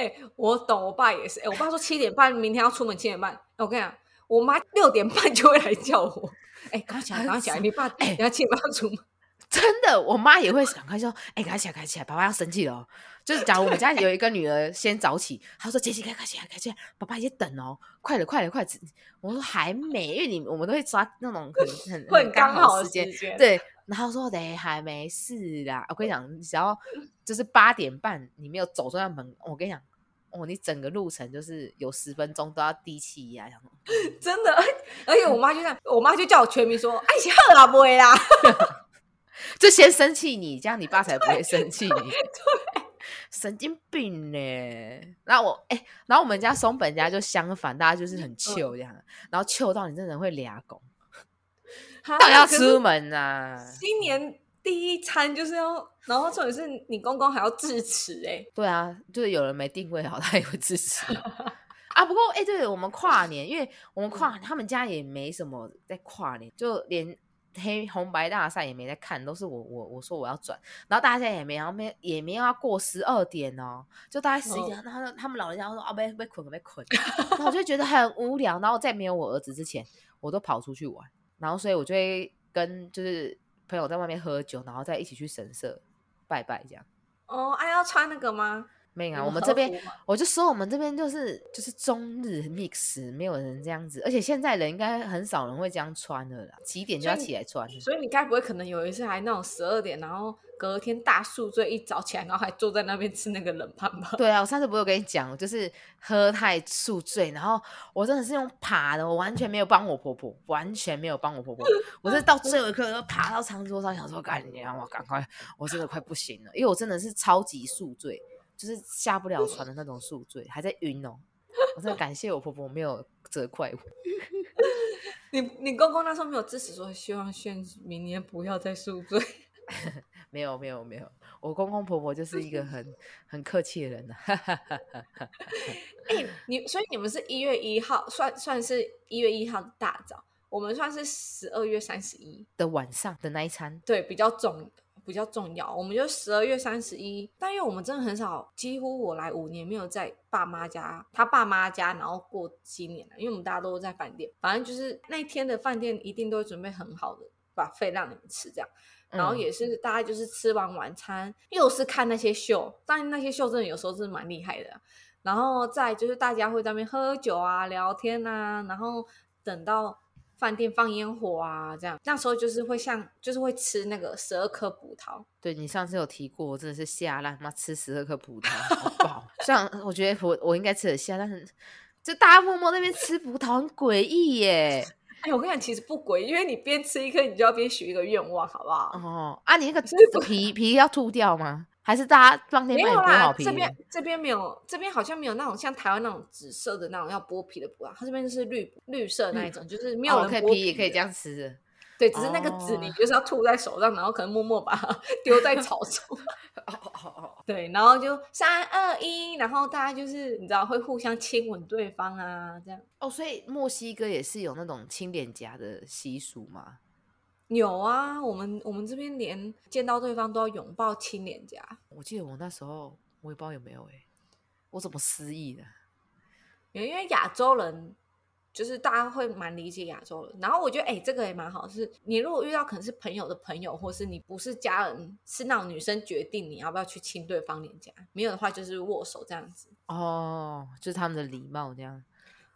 哎、我懂，我爸也是。哎、我爸说七点半，明天要出门七点半。哎我跟你讲，我妈六点半就会来叫 <laughs> 我。哎、赶快起来，赶快起来！你爸，哎、哎你要七点半要出门。真的，我妈也会想开说，哎、赶快起来，赶快起来，爸爸要生气了哦。就是假如我们家有一个女儿先早起，她说：“杰西，快快起来，快起来，爸爸也在等哦，快了，快了，快了！”我说：“还没，因为你我们都会抓那种 <laughs> 很很会很刚好好的时间时，间对。”然后说：“嘞，还没事啦。”我跟你讲，只 <laughs> 要就是八点半你没有走出那门，我跟你讲，哦，你整个路程就是有十分钟都要低气压，想说真的，哎而且我妈就这样，我妈就叫我全名说：“哎，起喝啦，不会啦。就先生气你，这样你爸才不会生气 <laughs> 你。神经病呢、然后我哎、然后我们家松本家就相反，大家就是嗯很糗这样，然后糗到你真的会俩拱，” <laughs> 哈到底要可是出门啊？新年第一餐就是要，然后重点是你公公还要致辞哎、对啊，就是有人没定位好， <laughs> 他也会支持啊。不过哎、对我们跨年，因为我们嗯跨他们家也没什么在跨年，就连黑红白大赛也没在看，都是我我我说我要转，然后大家也没然后没也没有要过十二点哦，就大概十一嗯点，然后他们老人家说啊被被捆了被捆 <laughs> 了，然后我就觉得很无聊，然后在没有我儿子之前，我都跑出去玩，然后所以我就会跟就是朋友在外面喝酒，然后再一起去神社拜拜这样。哦，哎、要穿那个吗？没有你啊，们我们嗯和这边服吗我就说我们这边就是就是中日 mix，没有人这样子，而且现在人应该很少人会这样穿了啦，几点就所要以你起来穿了？所以你该不会可能有一次还那种十二点，然后隔天大宿醉一早起来，然后还坐在那边吃那个冷盘吧？ <laughs> 对啊，我上次不是有跟你讲，就是喝太宿醉，然后我真的是用爬的，我完全没有帮我婆婆，完全没有帮我婆婆，我是到最后一刻都爬到长桌上，想说赶紧让我赶快，我真的快不行了，因为我真的是超级宿醉，就是下不了船的那种宿醉，还在晕哦。我真的感谢我婆婆没有责怪我。你你公公那时候没有支持说，希望炫明年不要再宿醉。没有没有没有，我公公婆婆就是一个很 <laughs> 很客气的人呐、哎、 <laughs> 你所以你们是一月一号，算算是一月一号的大早，我们算是十二月三十一，的晚上的那一餐，对，比较重比较重要。我们就十二月三十一，但因为我们真的很少，几乎我来五年没有在爸妈家，他爸妈家，然后过新年了，因为我们大家都在饭店，反正就是那一天的饭店一定都会准备很好的。把费让你们吃这样，然后嗯也是大家就是吃完晚餐，又是看那些秀，但那些秀真的有时候真的蛮厉害的啊、然后再就是大家会在那边喝酒啊、聊天啊，然后等到饭店放烟火啊，这样那时候就是会像就是会吃那个十二颗葡萄，对你上次有提过，我真的是吓烂，妈吃十二颗葡萄，好 <laughs> 饱。虽然我觉得我我应该吃得下，但是就大家默默那边吃葡萄很诡异耶。哎，我跟你讲，其实不诡异，因为你边吃一颗，你就要边许一个愿望，好不好？哦，啊，你那个是不皮皮要吐掉吗？还是大家放天没卖有你剥好啦，皮这？边这边没有，这边好像没有那种像台湾那种紫色的那种要剥皮的葡萄，它这边就是绿绿色那一种，就是没有哦，人可以剥皮也可以的这样吃的。对，只是那个纸哦你就是要吐在手上，然后可能默默把它 <laughs> 丢在草丛。 <laughs> 哦哦哦对，然后就三二一，然后大家就是你知道会互相亲吻对方啊，这样。哦，所以墨西哥也是有那种亲脸颊的习俗吗？有啊，我们我们这边连见到对方都要拥抱亲脸颊，我记得我那时候我也不知道有没有哎、我怎么失忆的？因为因为亚洲人就是大家会蛮理解亚洲人，然后我觉得哎、这个也蛮好，是你如果遇到可能是朋友的朋友，或是你不是家人，是那种女生决定你要不要去亲对方脸颊，没有的话就是握手这样子。哦，就是他们的礼貌这样。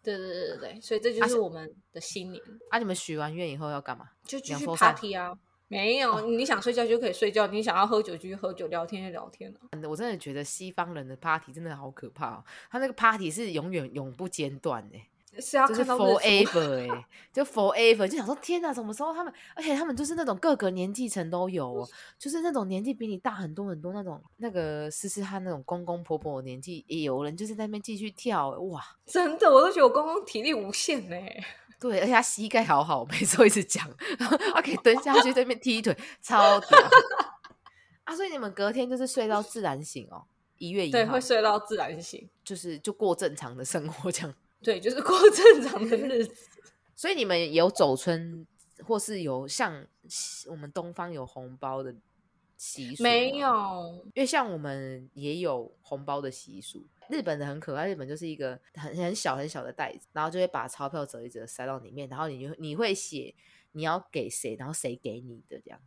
对对对对对，所以这就啊是是我们的新年，啊，你们许完愿以后要干嘛？就继两续说散哦 party 啊。没有，你想睡觉就可以睡觉，你想要喝酒就去喝酒，聊天就聊天了、嗯我真的觉得西方人的 party 真的好可怕哦，他那个 party 是永远永不间断哎、是要就是看到日出 forever 哎、就 forever 就想说天哪，什么时候他们？而且他们就是那种各个年纪层都有哦，就是那种年纪比你大很多很多那种那个试试他那种公公婆婆的年纪，也有人就是在那边继续跳、欸哇， <laughs> 真的，我都觉得我公公体力无限呢、对，而且他膝盖好好，每次都一直讲，他可以蹲下去对面踢腿，超屌啊！所以你们隔天就是睡到自然醒哦，一月一对，号会睡到自然醒，就是就过正常的生活这样。对，就是过 <laughs> 正常的日 <laughs> 子。所以你们有走春，或是有像西我们东方有红包的习俗？没，有，因为像我们也有红包的习俗。日本的很可爱，日本就是一个很很小很小的袋子，然后就会把钞票折一折塞到里面，然后你就你会写你要给谁，然后谁给你的这样。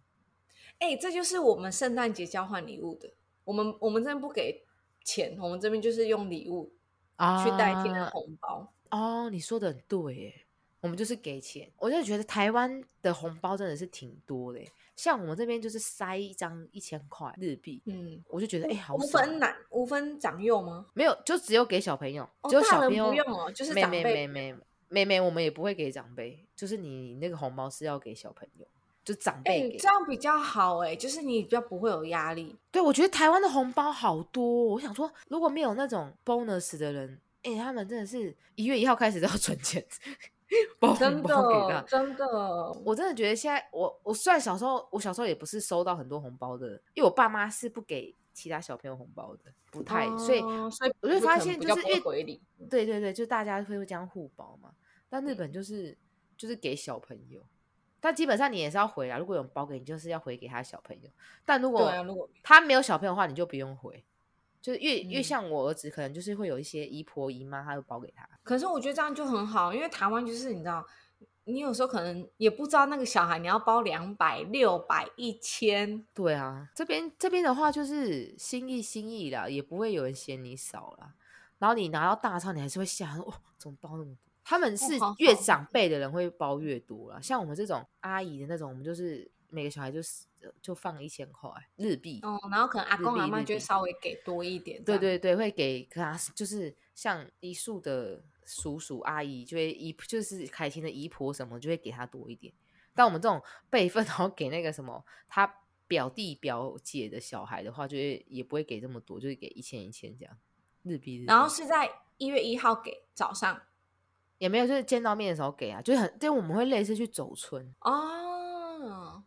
哎、这就是我们圣诞节交换礼物的。我们我们这边不给钱，我们这边就是用礼物啊去代替那个红包。哦，你说的很对耶，我们就是给钱。我就觉得台湾的红包真的是挺多的耶，像我们这边就是塞一张一千块日币，嗯，我就觉得哎、好无少分男无分长幼吗？没有，就只有给小朋友，哦只有大小人朋友不用哦就是妹长妹辈妹妹妹妹，我们也不会给长辈，就是你那个红包是要给小朋友，就长哎、辈给。这样比较好哎、就是你比较不会有压力。对，我觉得台湾的红包好多哦、我想说，如果没有那种 bonus 的人，哎、他们真的是一月一号开始都要存钱，包红真包给他的。真的，我真的觉得现在我我虽然小时候我小时候也不是收到很多红包的，因为我爸妈是不给其他小朋友红包的，不太，所以哦所以我就可发能现比就较是不因会为回礼。对对对，就大家会会这样互保嘛。但日本就是就是给小朋友，但基本上你也是要回啊。如果有人包给你，就是要回给他小朋友。但如对果啊，如果他没有小朋友的话，你就不用回。就是越越嗯像我儿子，可能就是会有一些姨婆姨妈，他会包给他。可是我觉得这样就很好，因为台湾就是你知道，你有时候可能也不知道那个小孩你要包两百、六百、一千，对啊，这边这边的话就是心意心意啦，也不会有人嫌你少啦。然后你拿到大钞，你还是会吓，哦，怎么包那么多？他们是哦好越好长辈的人会包越多啦，像我们这种阿姨的那种，我们就是每个小孩就是就放一千块日币。哦，然后可能阿日公币阿妈日就会币稍微给多一点，对，对对，会给可能就是像一树的叔叔阿姨，就会姨就是凯婷的姨婆什么，就会给她多一点。但我们这种 <laughs> 辈分，然后给那个什么他表弟表姐的小孩的话，就会也不会给这么多，就是给一千一千这样日币日币。然后是在一月一号给早上也没有就是见到面的时候给啊，就是很，但我们会类似去走村，哦，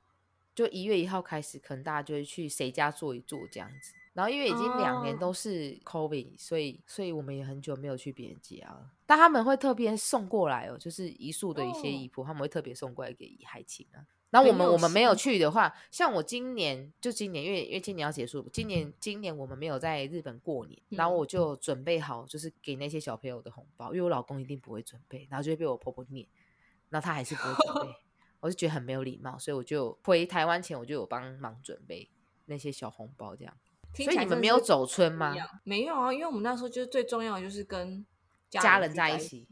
就一月一号开始，可能大家就会去谁家坐一坐这样子。然后因为已经两年哦都是 COVID，、所以所以我们也很久没有去别人家了。但他们会特别送过来哦，就是一宿的一些哦姨婆，他们会特别送过来给海琴啊。然后我很们有我们没有心去的话，像我今年就今年，因为因为今年要结束，今年今年我们没有在日本过年，然后嗯我就准备好就是给那些小朋友的红包，因为我老公一定不会准备，然后就会被我婆婆念，然后他还是不会准备。 <laughs> 我就觉得很没有礼貌，所以我就回台湾前我就有帮忙准备那些小红包这样。听所起以来你们真的没有是走春不一吗？样？没有啊，因为我们那时候就是最重要的就是跟家人人在一一，起，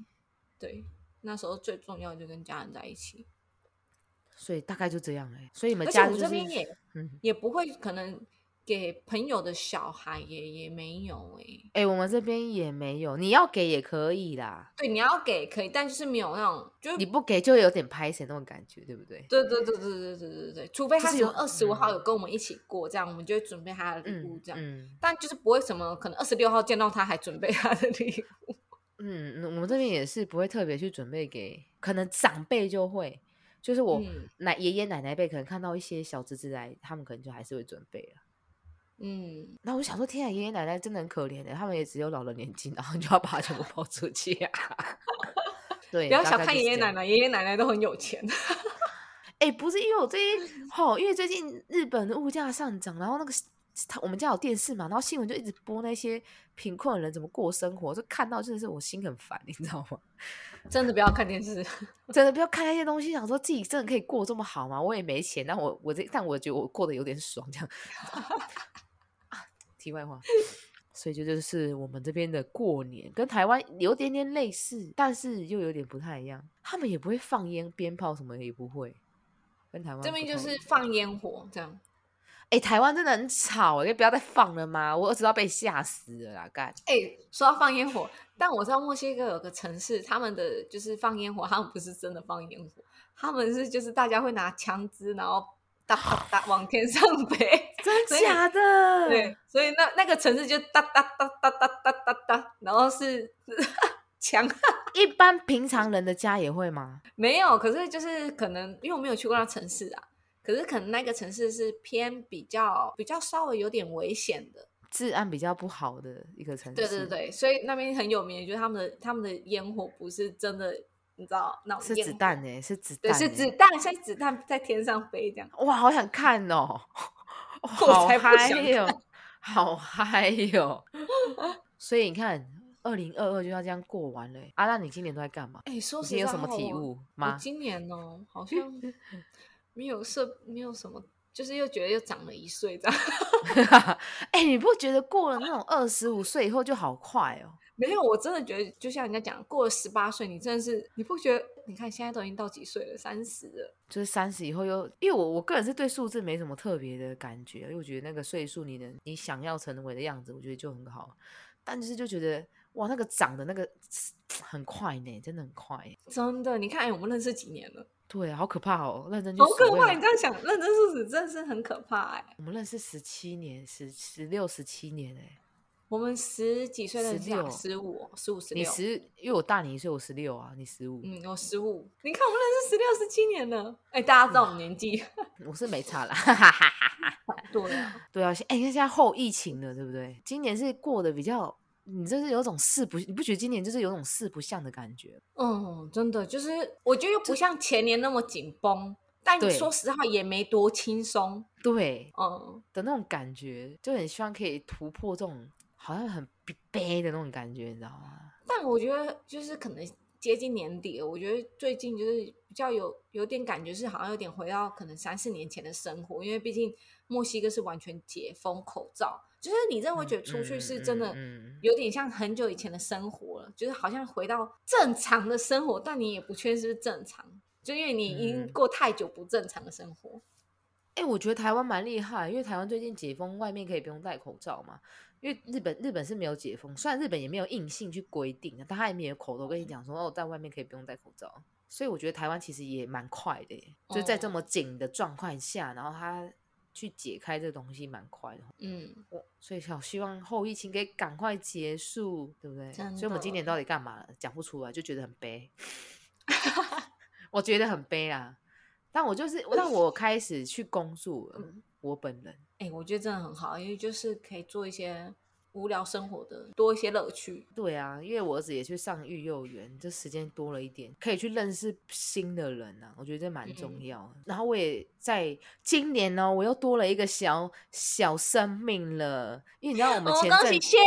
对，那时候最重要的就跟家人在一起，所以大概就这样哎、所以你们而且家我就这是边也嗯。也不会可能给朋友的小孩也也没有哎、哎、我们这边也没有，你要给也可以啦，对，你要给可以，但就是没有那种， <laughs> 就是你不给就有点拍谁那种感觉，对不对？对对对对对对对对，除非就他是什么有二十五号嗯有跟我们一起过，这样我们就会准备他的礼物嗯这样，嗯但就是不会什么可能二十六号见到他还准备他的礼物。嗯，嗯我们这边也是不会特别去准备给，可能长辈就会，就是我嗯奶爷爷奶奶辈可能看到一些小侄子来，他们可能就还是会准备了。嗯，然后我就想说，天啊，爷爷奶奶真的很可怜的，他们也只有老了年纪，然后就要把它全部包出去啊。对， <laughs> 不要大小概看就爷是爷这样奶。奶，爷爷奶奶都很有钱。 <laughs> 哎、哎、不是因为我最嗯近吼，因为最近日本的物价上涨，然后那个他我们家有电视嘛，然后新闻就一直播那些贫困的人怎么过生活，就看到真的是我心很烦，你知道吗？ <laughs> 真的不要看电视，真的不要看那些东西，想说自己真的可以过这么好吗？我也没钱，但我我这但我觉得我过得有点爽，这样。 <laughs> 啊，题外话，所以这就是我们这边的过年，跟台湾有点点类似，但是又有点不太一样。他们也不会放烟、鞭炮什么的，也不会。跟台湾这边不就太一是样放烟火这样。哎、台湾真的很吵、欸，可以不要再放了吗？我儿子要被吓死了啦！干，哎、说到放烟火，但我知道墨西哥有个城市，他们的就是放烟火，他们不是真的放烟火，他们是就是大家会拿枪支，然后哒哒哒往天上 <laughs> 飞。 <laughs> 真所以假的？对，所以那那个城市就哒哒哒哒哒哒哒哒，然后是 <laughs> 枪。一般平常人的家也会吗？没有，可是就是可能因为我没有去过那城市啊，可是可能那个城市是偏比较比较稍微有点危险的，治安比较不好的一个城市，对对，对，所以那边很有名，就是他们的他们的烟火不是真的，你知道那种是烟子火弹哎、是子对，弹、欸，是子弹，像子弹在天上飞这样。哇，好想看哦，哇 <laughs> 我好才不嗨想看哟、 <laughs> 好嗨哟、所以你看，二零二二就要这样过完了欸、阿、啊、那你今年都在干嘛？哎，说你实今年在有话，什么体我悟我吗？ <laughs> 今年哦，好像没有设，没有什么，就是又觉得又长了一岁这样。 <laughs> 哎、你不觉得过了那种二十五岁以后就好快哦？没有，我真的觉得，就像人家讲，过了十八岁，你真的是，你不觉得？你看现在都已经到几岁了，三十了，就是三十以后又，因为我我个人是对数字没什么特别的感觉，因为我觉得那个岁数你能你想要成为的样子，我觉得就很好。但就是就觉得哇，那个长的那个很快呢，真的很快欸。真的。你看，哎，我们认识几年了，对，好可怕哦，认真就好可数怕！位你了这样想，认真数字真的是很可怕哎、我们认识十七年，十十六十七年哎、我们十几岁认识啊，十16五、十五、十你六，十，因为我大你一岁，我十六啊，你十五、嗯，我十五。你看，我们认识十六、十七年了，哎，大家知道我们年纪。我是没差啦，哈哈哈哈。对啊，对啊，现哎，你看现在后疫情了，对不对？今年是过得比较，你就是有种四不，你不觉得今年就是有种四不像的感觉？嗯，真的就是，我觉得又不像前年那么紧绷，但对说实话也没多轻松。对嗯，的那种感觉，就很希望可以突破这种好像很悲悲的那种感觉，你知道吗？但我觉得就是可能接近年底了，我觉得最近就是比较有有点感觉是好像有点回到可能三四年前的生活，因为毕竟墨西哥是完全解封口罩，就是你真的会觉得出去是真的嗯嗯嗯嗯有点像很久以前的生活了，就是好像回到正常的生活，但你也不确定是不是正常，就因为你已经嗯过太久不正常的生活。哎、我觉得台湾蛮厉害，因为台湾最近解封，外面可以不用戴口罩嘛。因为日本日本是没有解封，虽然日本也没有硬性去规定，但他也没有口头跟你讲说哦，在外面可以不用戴口罩。所以我觉得台湾其实也蛮快的耶，就在这哦么紧的状况下，然后他去解开这东西蛮快的。嗯，我所以好希望后疫情可以赶快结束，对不对？真所以我们今的年到底干嘛了？讲不出来，就觉得很悲。 <laughs> 我觉得很悲啦，但我就是，但我开始去工作了，嗯我本人。哎、我觉得真的很好，因为就是可以做一些无聊生活的多一些乐趣。对啊，因为我儿子也去上育幼园，这时间多了一点，可以去认识新的人啊，我觉得这蛮重嗯要的。然后我也在今年呢、我又多了一个小小生命了，因为你知道我们哦，前恭阵喜谢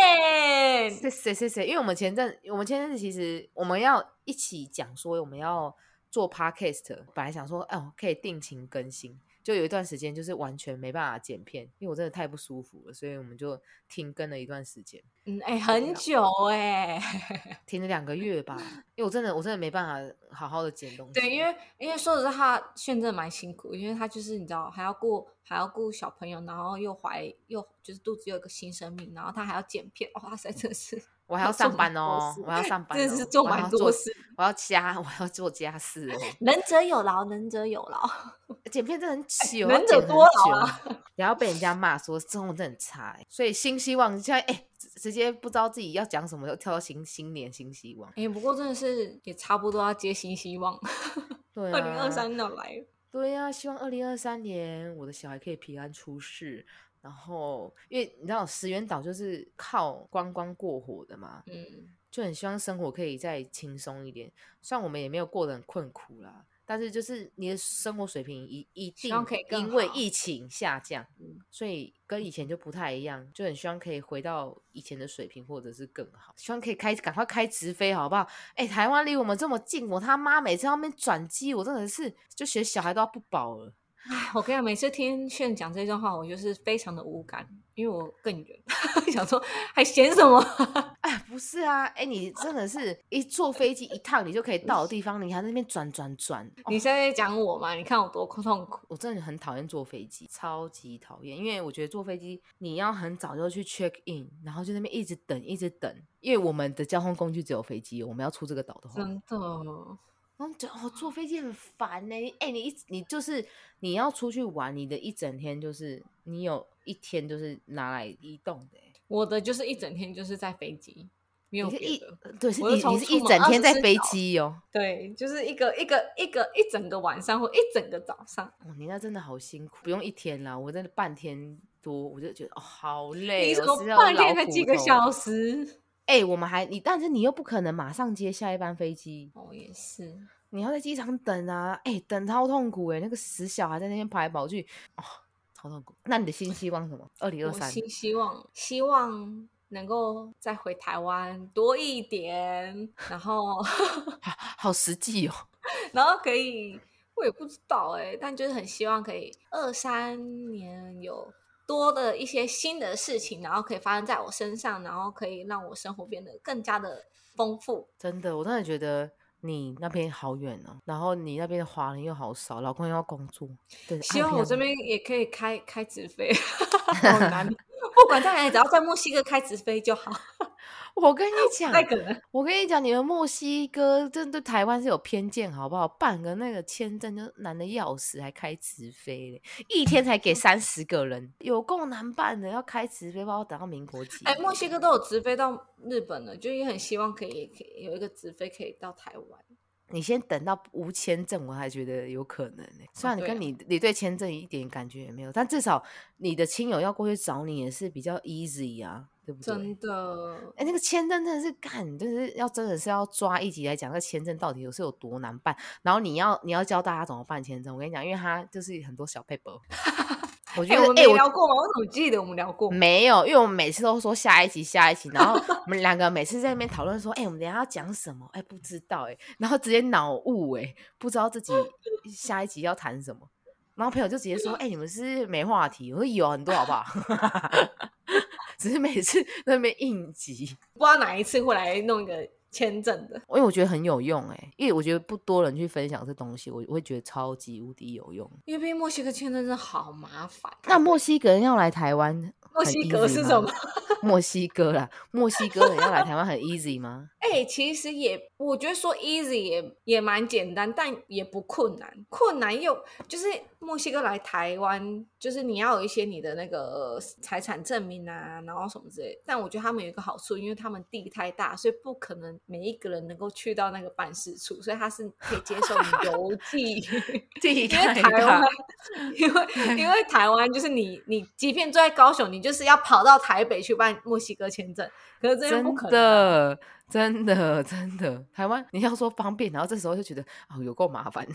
谁谁谁谁，因为我们前阵我们前阵子其实我们要一起讲说我们要做 podcast，本来想说哦可以定期更新，就有一段时间就是完全没办法剪片，因为我真的太不舒服了，所以我们就停更了一段时间，嗯，哎、很久哎、 <laughs> 停了两个月吧，因为我真的我真的没办法好好的剪东西，对，因为因为说实话，炫真的蛮辛苦，因为他就是你知道，还要顾还要顾小朋友，然后又怀又就是肚子又有一个新生命，然后他还要剪片，哇塞，真的是我还要做上蛮班多哦事，我要上班、哦，真的是做我还蛮要多事，我要家我要做家事哦。能者有劳，能者有劳。剪片真的很久，哎能要者剪很多劳啊久， <laughs> 然后被人家骂说中文真的很差欸、所以新希望现在哎、直直接不知道自己要讲什么，又跳到新新年新希望。哎、不过真的是也差不多要接新 <laughs> 希望，对、啊，二零二，三要来了。对呀、希望二零二三年我的小孩可以平安出世。然后，因为你知道石原岛就是靠观光过火的嘛，嗯，就很希望生活可以再轻松一点。虽然我们也没有过得很困苦啦，但是就是你的生活水平一一希定望可以更因为好疫情下降嗯，所以跟以前就不太一样，就很希望可以回到以前的水平或者是更好，希望可以开赶快开直飞好不好？哎、台湾离我们这么近，我他妈每次要面转机，我真的是就学小孩都要不保了。唉我跟你讲，每次听炫讲这段话，我就是非常的无感，因为我更远， <laughs> 想说还嫌什么？ <laughs> 哎，不是啊，哎、你真的是一坐飞机一趟你就可以到的地方，你还在那边转转转，哦你现在在讲我嘛？你看我多痛苦。我真的很讨厌坐飞机，超级讨厌，因为我觉得坐飞机你要很早就去 check in，然后就在那边一直等，一直等，因为我们的交通工具只有飞机，我们要出这个岛的话，真的，然后就哦坐飞机很烦呢、欸，哎、你一你就是你要出去玩，你的一整天就是你有一天就是拿来移动的欸、我的就是一整天就是在飞机，没有你是别一的。呃对，是我就你从你是出一门整天在24飞小时机哦、对，就是一个一个一个一整个晚上或一整个早上。哦，你那真的好辛苦，不用一天啦，我真的半天多，我就觉得哦好累你哦，怎我么是要半老天才骨几个头小时？哎、我们还你，但是你又不可能马上接下一班飞机，哦，也是。你要在机场等啊，哎、等超痛苦哎、那个死小孩在那边跑来跑去，哦，超痛苦。那你的新希望是什么？二零二我三，希希望希望能够再回台湾多一点，然后 <laughs> 好实际哦。 <laughs> 然后可以，我也不知道哎、但就是很希望可以二三年有多的一些新的事情，然后可以发生在我身上，然后可以让我生活变得更加的丰富。真的，我真的觉得你那边好远哦，然后你那边的华人又好少，老公又要工作，对，希啊望天我啊这边也可以开开直飞，好难，哦不管在哪里，只要在墨西哥开直飞就好，我跟你 <laughs> 讲，太可能。我跟你讲，你们墨西哥真对台湾是有偏见，好不好？办个那个签证就难的要死，还开直飞嘞，一天才 <laughs> 给三十个人，有够难办的。要开直飞，不知道等到民国几啊哎、年墨西哥都有直飞到日本了，就也很希望可以可以有一个直飞可以到台湾。你先等到无签证，我还觉得有可能呢、虽哦然你对跟啊你、你对签证一点感觉也没有，但至少你的亲友要过去找你也是比较 easy 啊，对不对？真的，哎、那个签证真的是干，就是要真的是要抓一集来讲，那个签证到底有是有多难办。然后你要你要教大家怎么办签证，我跟你讲，因为它就是很多小 <laughs> paper。我觉哎、得我们哎、没我聊过吗？我怎么记得我们聊过？没有，因为我们每次都说下一集下一集，然后我们两个每次在那边讨论说，哎、我们等一下要讲什么？哎、不知道哎、然后直接脑雾哎，不知道自己下一集要谈什么。然后朋友就直接说，哎、你们是不是没话题？我说有啊很多好不好？ <laughs> 只是每次那边应急。不知道哪一次会来弄一个签证的。因为我觉得很有用哎、因为我觉得不多人去分享这东西，我我会觉得超级无敌有用。因为毕竟墨西哥签证真的好麻烦。啊那墨西哥人要来台湾，墨很西哥 easy 是吗什么？墨西哥啦，墨西哥人要来台湾很 easy <laughs> 吗？哎、其实也，我觉得说 easy 也也蛮简单，但也不困难。困难又就是墨西哥来台湾，就是你要有一些你的那个财产证明啊，然后什么之类的。但我觉得他们有一个好处，因为他们地太大，所以不可能每一个人能够去到那个办事处，所以他是可以接受你邮寄。 <laughs> 地因为台湾，因为 <laughs> 因为台湾就是你你即便住在高雄，你就是要跑到台北去办墨西哥签证，可是这边不真可能啊、的。真的，真的，台湾你要说方便，然后这时候就觉得哦，有够麻烦 <laughs> 的，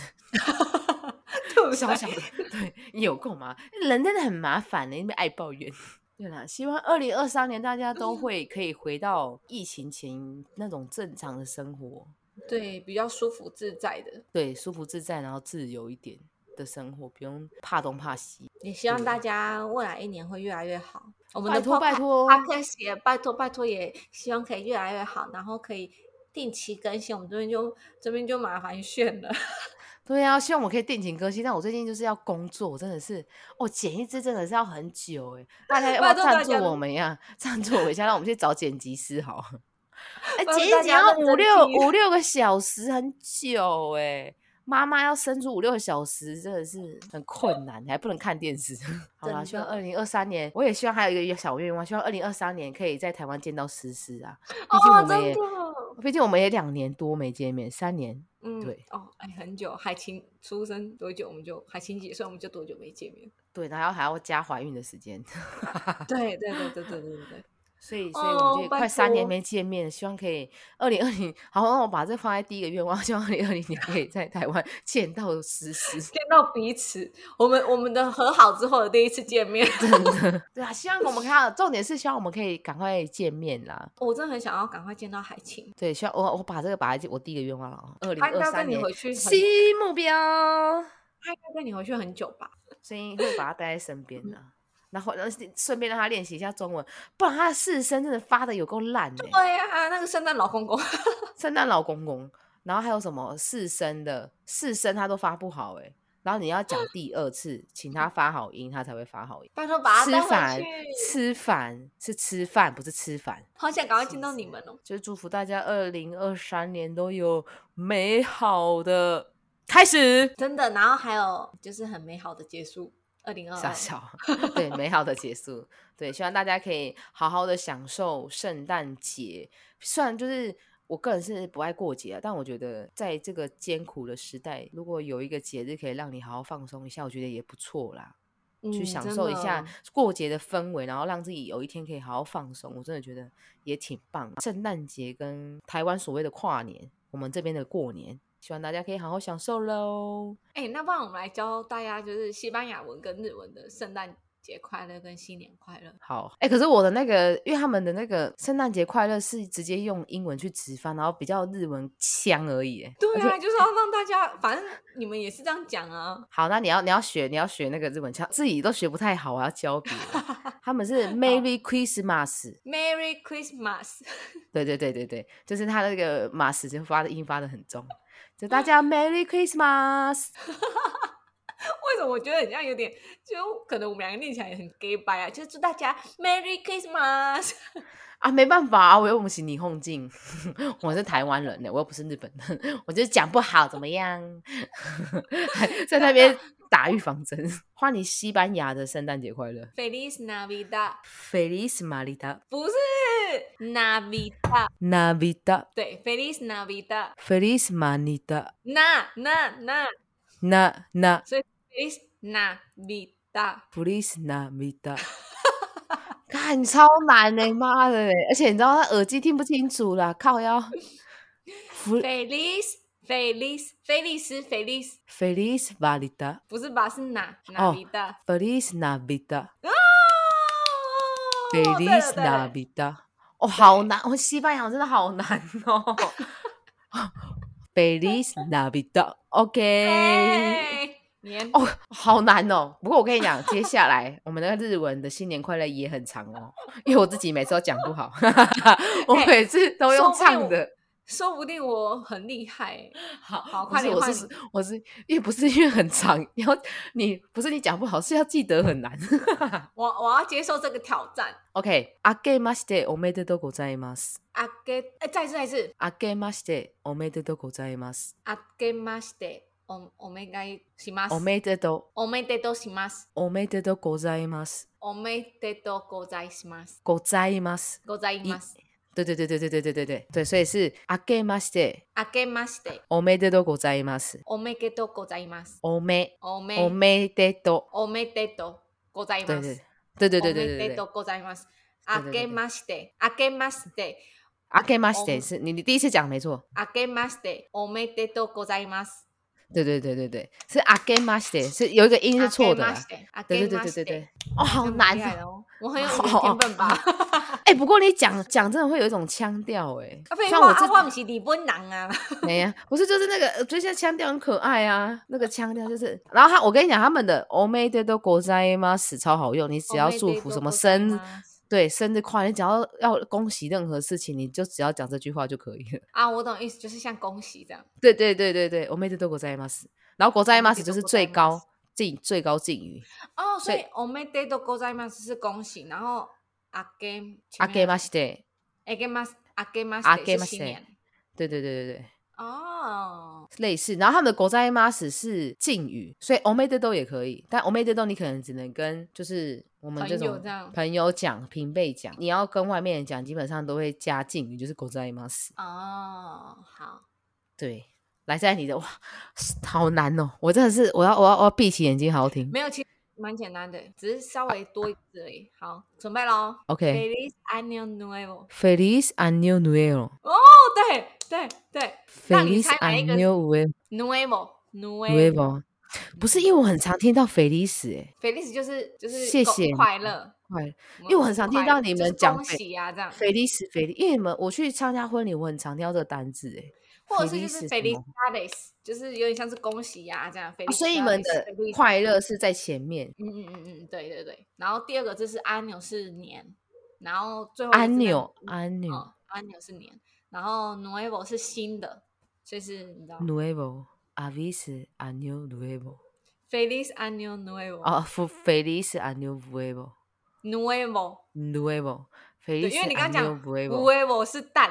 对不对小小的，对，有够麻，人真的很麻烦欸的，因为爱抱怨。对啦，希望二零二三年大家嗯都会可以回到疫情前那种正常的生活。对，比较舒服自在的。对，舒服自在，然后自由一点的生活，不用怕东怕西。也希望大家未来一年会越来越好。我们拜的托拜托哦 p o d 也拜托拜托，也希望可以越来越好，然后可以定期更新。我们这边就这边就麻烦炫了，对啊，希望我可以定情更新，但我最近就是要工作，我真的是，哦，剪一支真的是要很久哎、大 <laughs> 家要不拜要托赞大助家我们呀？赞助我一下，让我们去找剪辑师好了。哎、拜托剪大一剪家要认五真六听五六个小时，很久哎、妈妈要生出五六个小时，真的是很困难，还不能看电视。好啦，真希望的二零二三年，我也希望还有一个小愿望，希望二零二三年可以在台湾见到思思啊。 <laughs> 毕竟我哦，们真也，的，毕竟我们也两年多没见面，三年。嗯，对，哦，哎，很久，海清出生多久我们就海清姐，所以我们就多久没见面？对，然后还要加怀孕的时间。 <laughs> 对对对对对对对对，所以，所以我们哦就拜快三年托没见面，希望可以二零二零，好，让我把这放在第一个愿望，希望二零二零年可以在台 <laughs> 湾见到实时。见到彼此，我们我们的和好之后的第一次见 <laughs> 面，对啊，希望我们看，重点是希望我们可以赶快见面啦。我真的很想要赶快见到海清。对，希望我我把这个摆在我第一个愿望了啊，二零他应二该三跟你年回去很，新目标。他应该跟你回去很久吧？所以会把他带在身边的、嗯然后然后顺便让他练习一下中文，不然他的四声真的发的有够烂的、对啊呀、那个圣诞老公公，圣诞老公公，然后还有什么四声的四声他都发不好哎、然后你要讲嗯第二次，请他发好音，他才会发好音。 <laughs> 拜托嗯把他吃带饭回去。，吃饭是吃饭，不是吃饭。好想赶快见到你们哦！就是祝福大家二零二三年都有美好的开始。真的，然后还有就是很美好的结束，二零二傻二。笑，嗯 <laughs> 对，美好的结束，对，希望大家可以好好的享受圣诞节。虽然就是我个人是不爱过节啊，但我觉得在这个艰苦的时代，如果有一个节日可以让你好好放松一下，我觉得也不错啦。嗯去享受一真下的过节的氛围，然后让自己有一天可以好好放松，我真的觉得也挺棒。圣诞节跟台湾所谓的跨年，我们这边的过年，希望大家可以好好享受喽。哎、那不然我们来教大家就是西班牙文跟日文的圣诞节快乐跟新年快乐。好，哎、可是我的那个，因为他们的那个圣诞节快乐是直接用英文去直翻，然后比较日文腔而已。哎对啊，就是要让大家，反正你们也是这样讲啊。好，那你要你要学你要学那个日文腔，自己都学不太好，我要教别人。他们是 Merry Christmas， Merry Christmas， <laughs> 对对对对对，就是他那个马斯就发的音发的很重，就大家 Merry Christmas。为什么我觉得很像有点，就可能我们两个念起来也很 gay 白啊，就是祝大家 Merry Christmas。啊，没办法啊，我又不是霓虹镜， <laughs> 我是台湾人呢，我又不是日本人， <laughs> 我就是讲不好，怎么样？ <laughs> 还在那边打预防针。欢迎西班牙的圣诞节快乐 Feliz Navidad， ，Feliz Navidad 不是 Navidad， Navidad 对，Feliz Navidad， Feliz Navidad 那那那 Na Na ，Feliz Navidad， Feliz <laughs> Navidad 。看，超难的、妈的嘞！而且你知道他耳机听不清楚啦，靠腰。Fe- Feliz Feliz Feliz Feliz， Feliz Navidad 不是吧？是哪哦 Navidad？ Feliz Navidad 哦哦对啊了 Feliz 对了 Navidad。哦，好难！哦，西班牙真的好难 <laughs> 哦。Feliz 啊 <laughs> <laughs> Navidad，OK。哎年哦，好难哦。不过我跟你讲，接下来我们那个日文的新年快乐也很长哦，因为我自己每次都讲不好， <laughs> 我哎每次都说用不定唱我的。说不定我很厉害欸、好，好不快是点我换是你我是因为不是因为很长，你要你不是你讲不好，是要记得很难。 <laughs> 我我要接受这个挑战。 OK，あけましておめでとうございます。あけ哎，再一次再一次，あけましておめでとうございます。あけましておお願いします。おめでとおめでとうします。うおめでとうございます。おめでとうございます。ございます。ございます。对对对对对对对对对对，所以是あけましてあけましておめでとうございます。おめでとうございます。おめおめおめでと。おめでとうございう对ま对す。对对お对め对对对でと对う。ございます。对あ对对对けましてあけましてあけましおて是你你第一次讲没错。あけましておめでとうございます。对对对对对，是あけまして是有一个音是错的啦。あ对け对ま对し对对て对。哦，好难这么厉害哦。哦！我很有语言天分 <laughs> 吧？哎、不过你讲讲真的会有一种腔调哎、啊，虽废然话，我啊这我不是日本人啊！没呀、不是就是那个，呃就像腔调很可爱啊，那个腔调就是。然后他，我跟你讲，他们的 o m e d e do g o z a i m a s 超好用，你只要祝福什么生，对生日快乐，你只要要恭喜任何事情，你就只要讲这句话就可以了。 <laughs> 啊，我懂意思，就是像恭喜这样。对对对对对 o m e d e do g o z a i m a s 然后 g o z a i m a s 就是最高敬最高敬语。哦，所所以以おめでとうございます是恭喜，然后あけあけましして，あけましあけまあしけてまして是新年对对对对对。哦。类似，然后他们的国在 mas 是敬语，所以 o m e d e do 也可以，但 o m e d e do 你可能只能跟就是我们这朋友种这样朋友讲、平辈讲，你要跟外面人讲，基本上都会加敬语，就是国在 mas。哦，好，对， <laughs> 来在你的哇，好难哦！我真的是我要我要我要闭起眼睛好好听。没有，其实蛮简单的，只是稍微多一字而已。好，准备喽。 OK Feliz año nuevo。 Feliz año nuevo。哦，对对对，那你 Feliz 猜哪一个 año nuevo nuevo nuevo。不是，因为我很常听到 Feliz 哎、 Feliz 就是就是谢恭谢快乐，快乐嗯因为我很常听快到乐你就是们讲恭斐喜啊这样， Feliz Feliz，因为你们我去参加婚礼，我很常听到这个单字哎、或者是就是 Feliz 什么 Felicidades，就是有点像是恭喜呀、这样。啊所以你们 Felicidades，的 Felicidades 快乐是在前面。嗯嗯嗯嗯，对对对。然后第二个就是安钮是年，然后最后一个安字在钮，嗯安钮哦，安钮是年，然后 nuevo 是新的，所以是你知道，nuevo。Avis año nuevo， ，feliz año nuevo，、啊、f e l i z año nuevo n u e v o nuevo，对， feliz 因为你刚刚 año 讲 nuevo， nuevo 是蛋，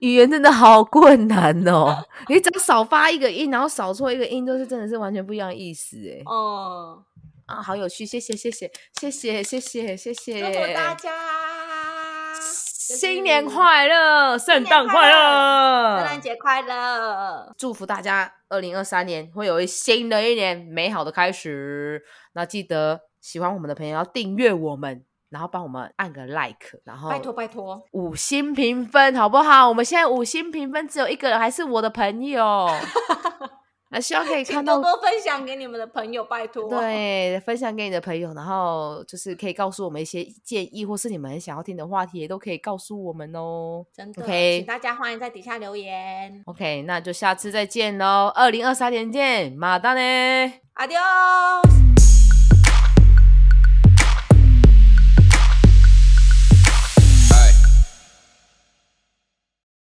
语言真的好困难哦！你只要少发一个音，然后少错一个音，都是真的是完全不一样的意思哎。 <laughs> 哦，啊，好有趣，谢谢谢谢谢谢谢谢谢祝福谢，大家新年快乐，圣诞快乐，圣乐，诞节快乐，祝福大家二零二三年会有一新的一年美好的开始。那记得喜欢我们的朋友要订阅我们，然后帮我们按个 like，然后拜托拜托，五星评分好不好？我们现在五星评分只有一个人，还是我的朋 <laughs> 友。那希望可以看请到多多分享给你们的朋友，拜托，，对，分享给你的朋友，然后就是可以告诉我们一些建议，或是你们很想要听的话题，也都可以告诉我们哦。真的 OK 请大家欢迎在底下留言 OK，那就下次再见喽，二零二三年见，马达呢？ ，Adios。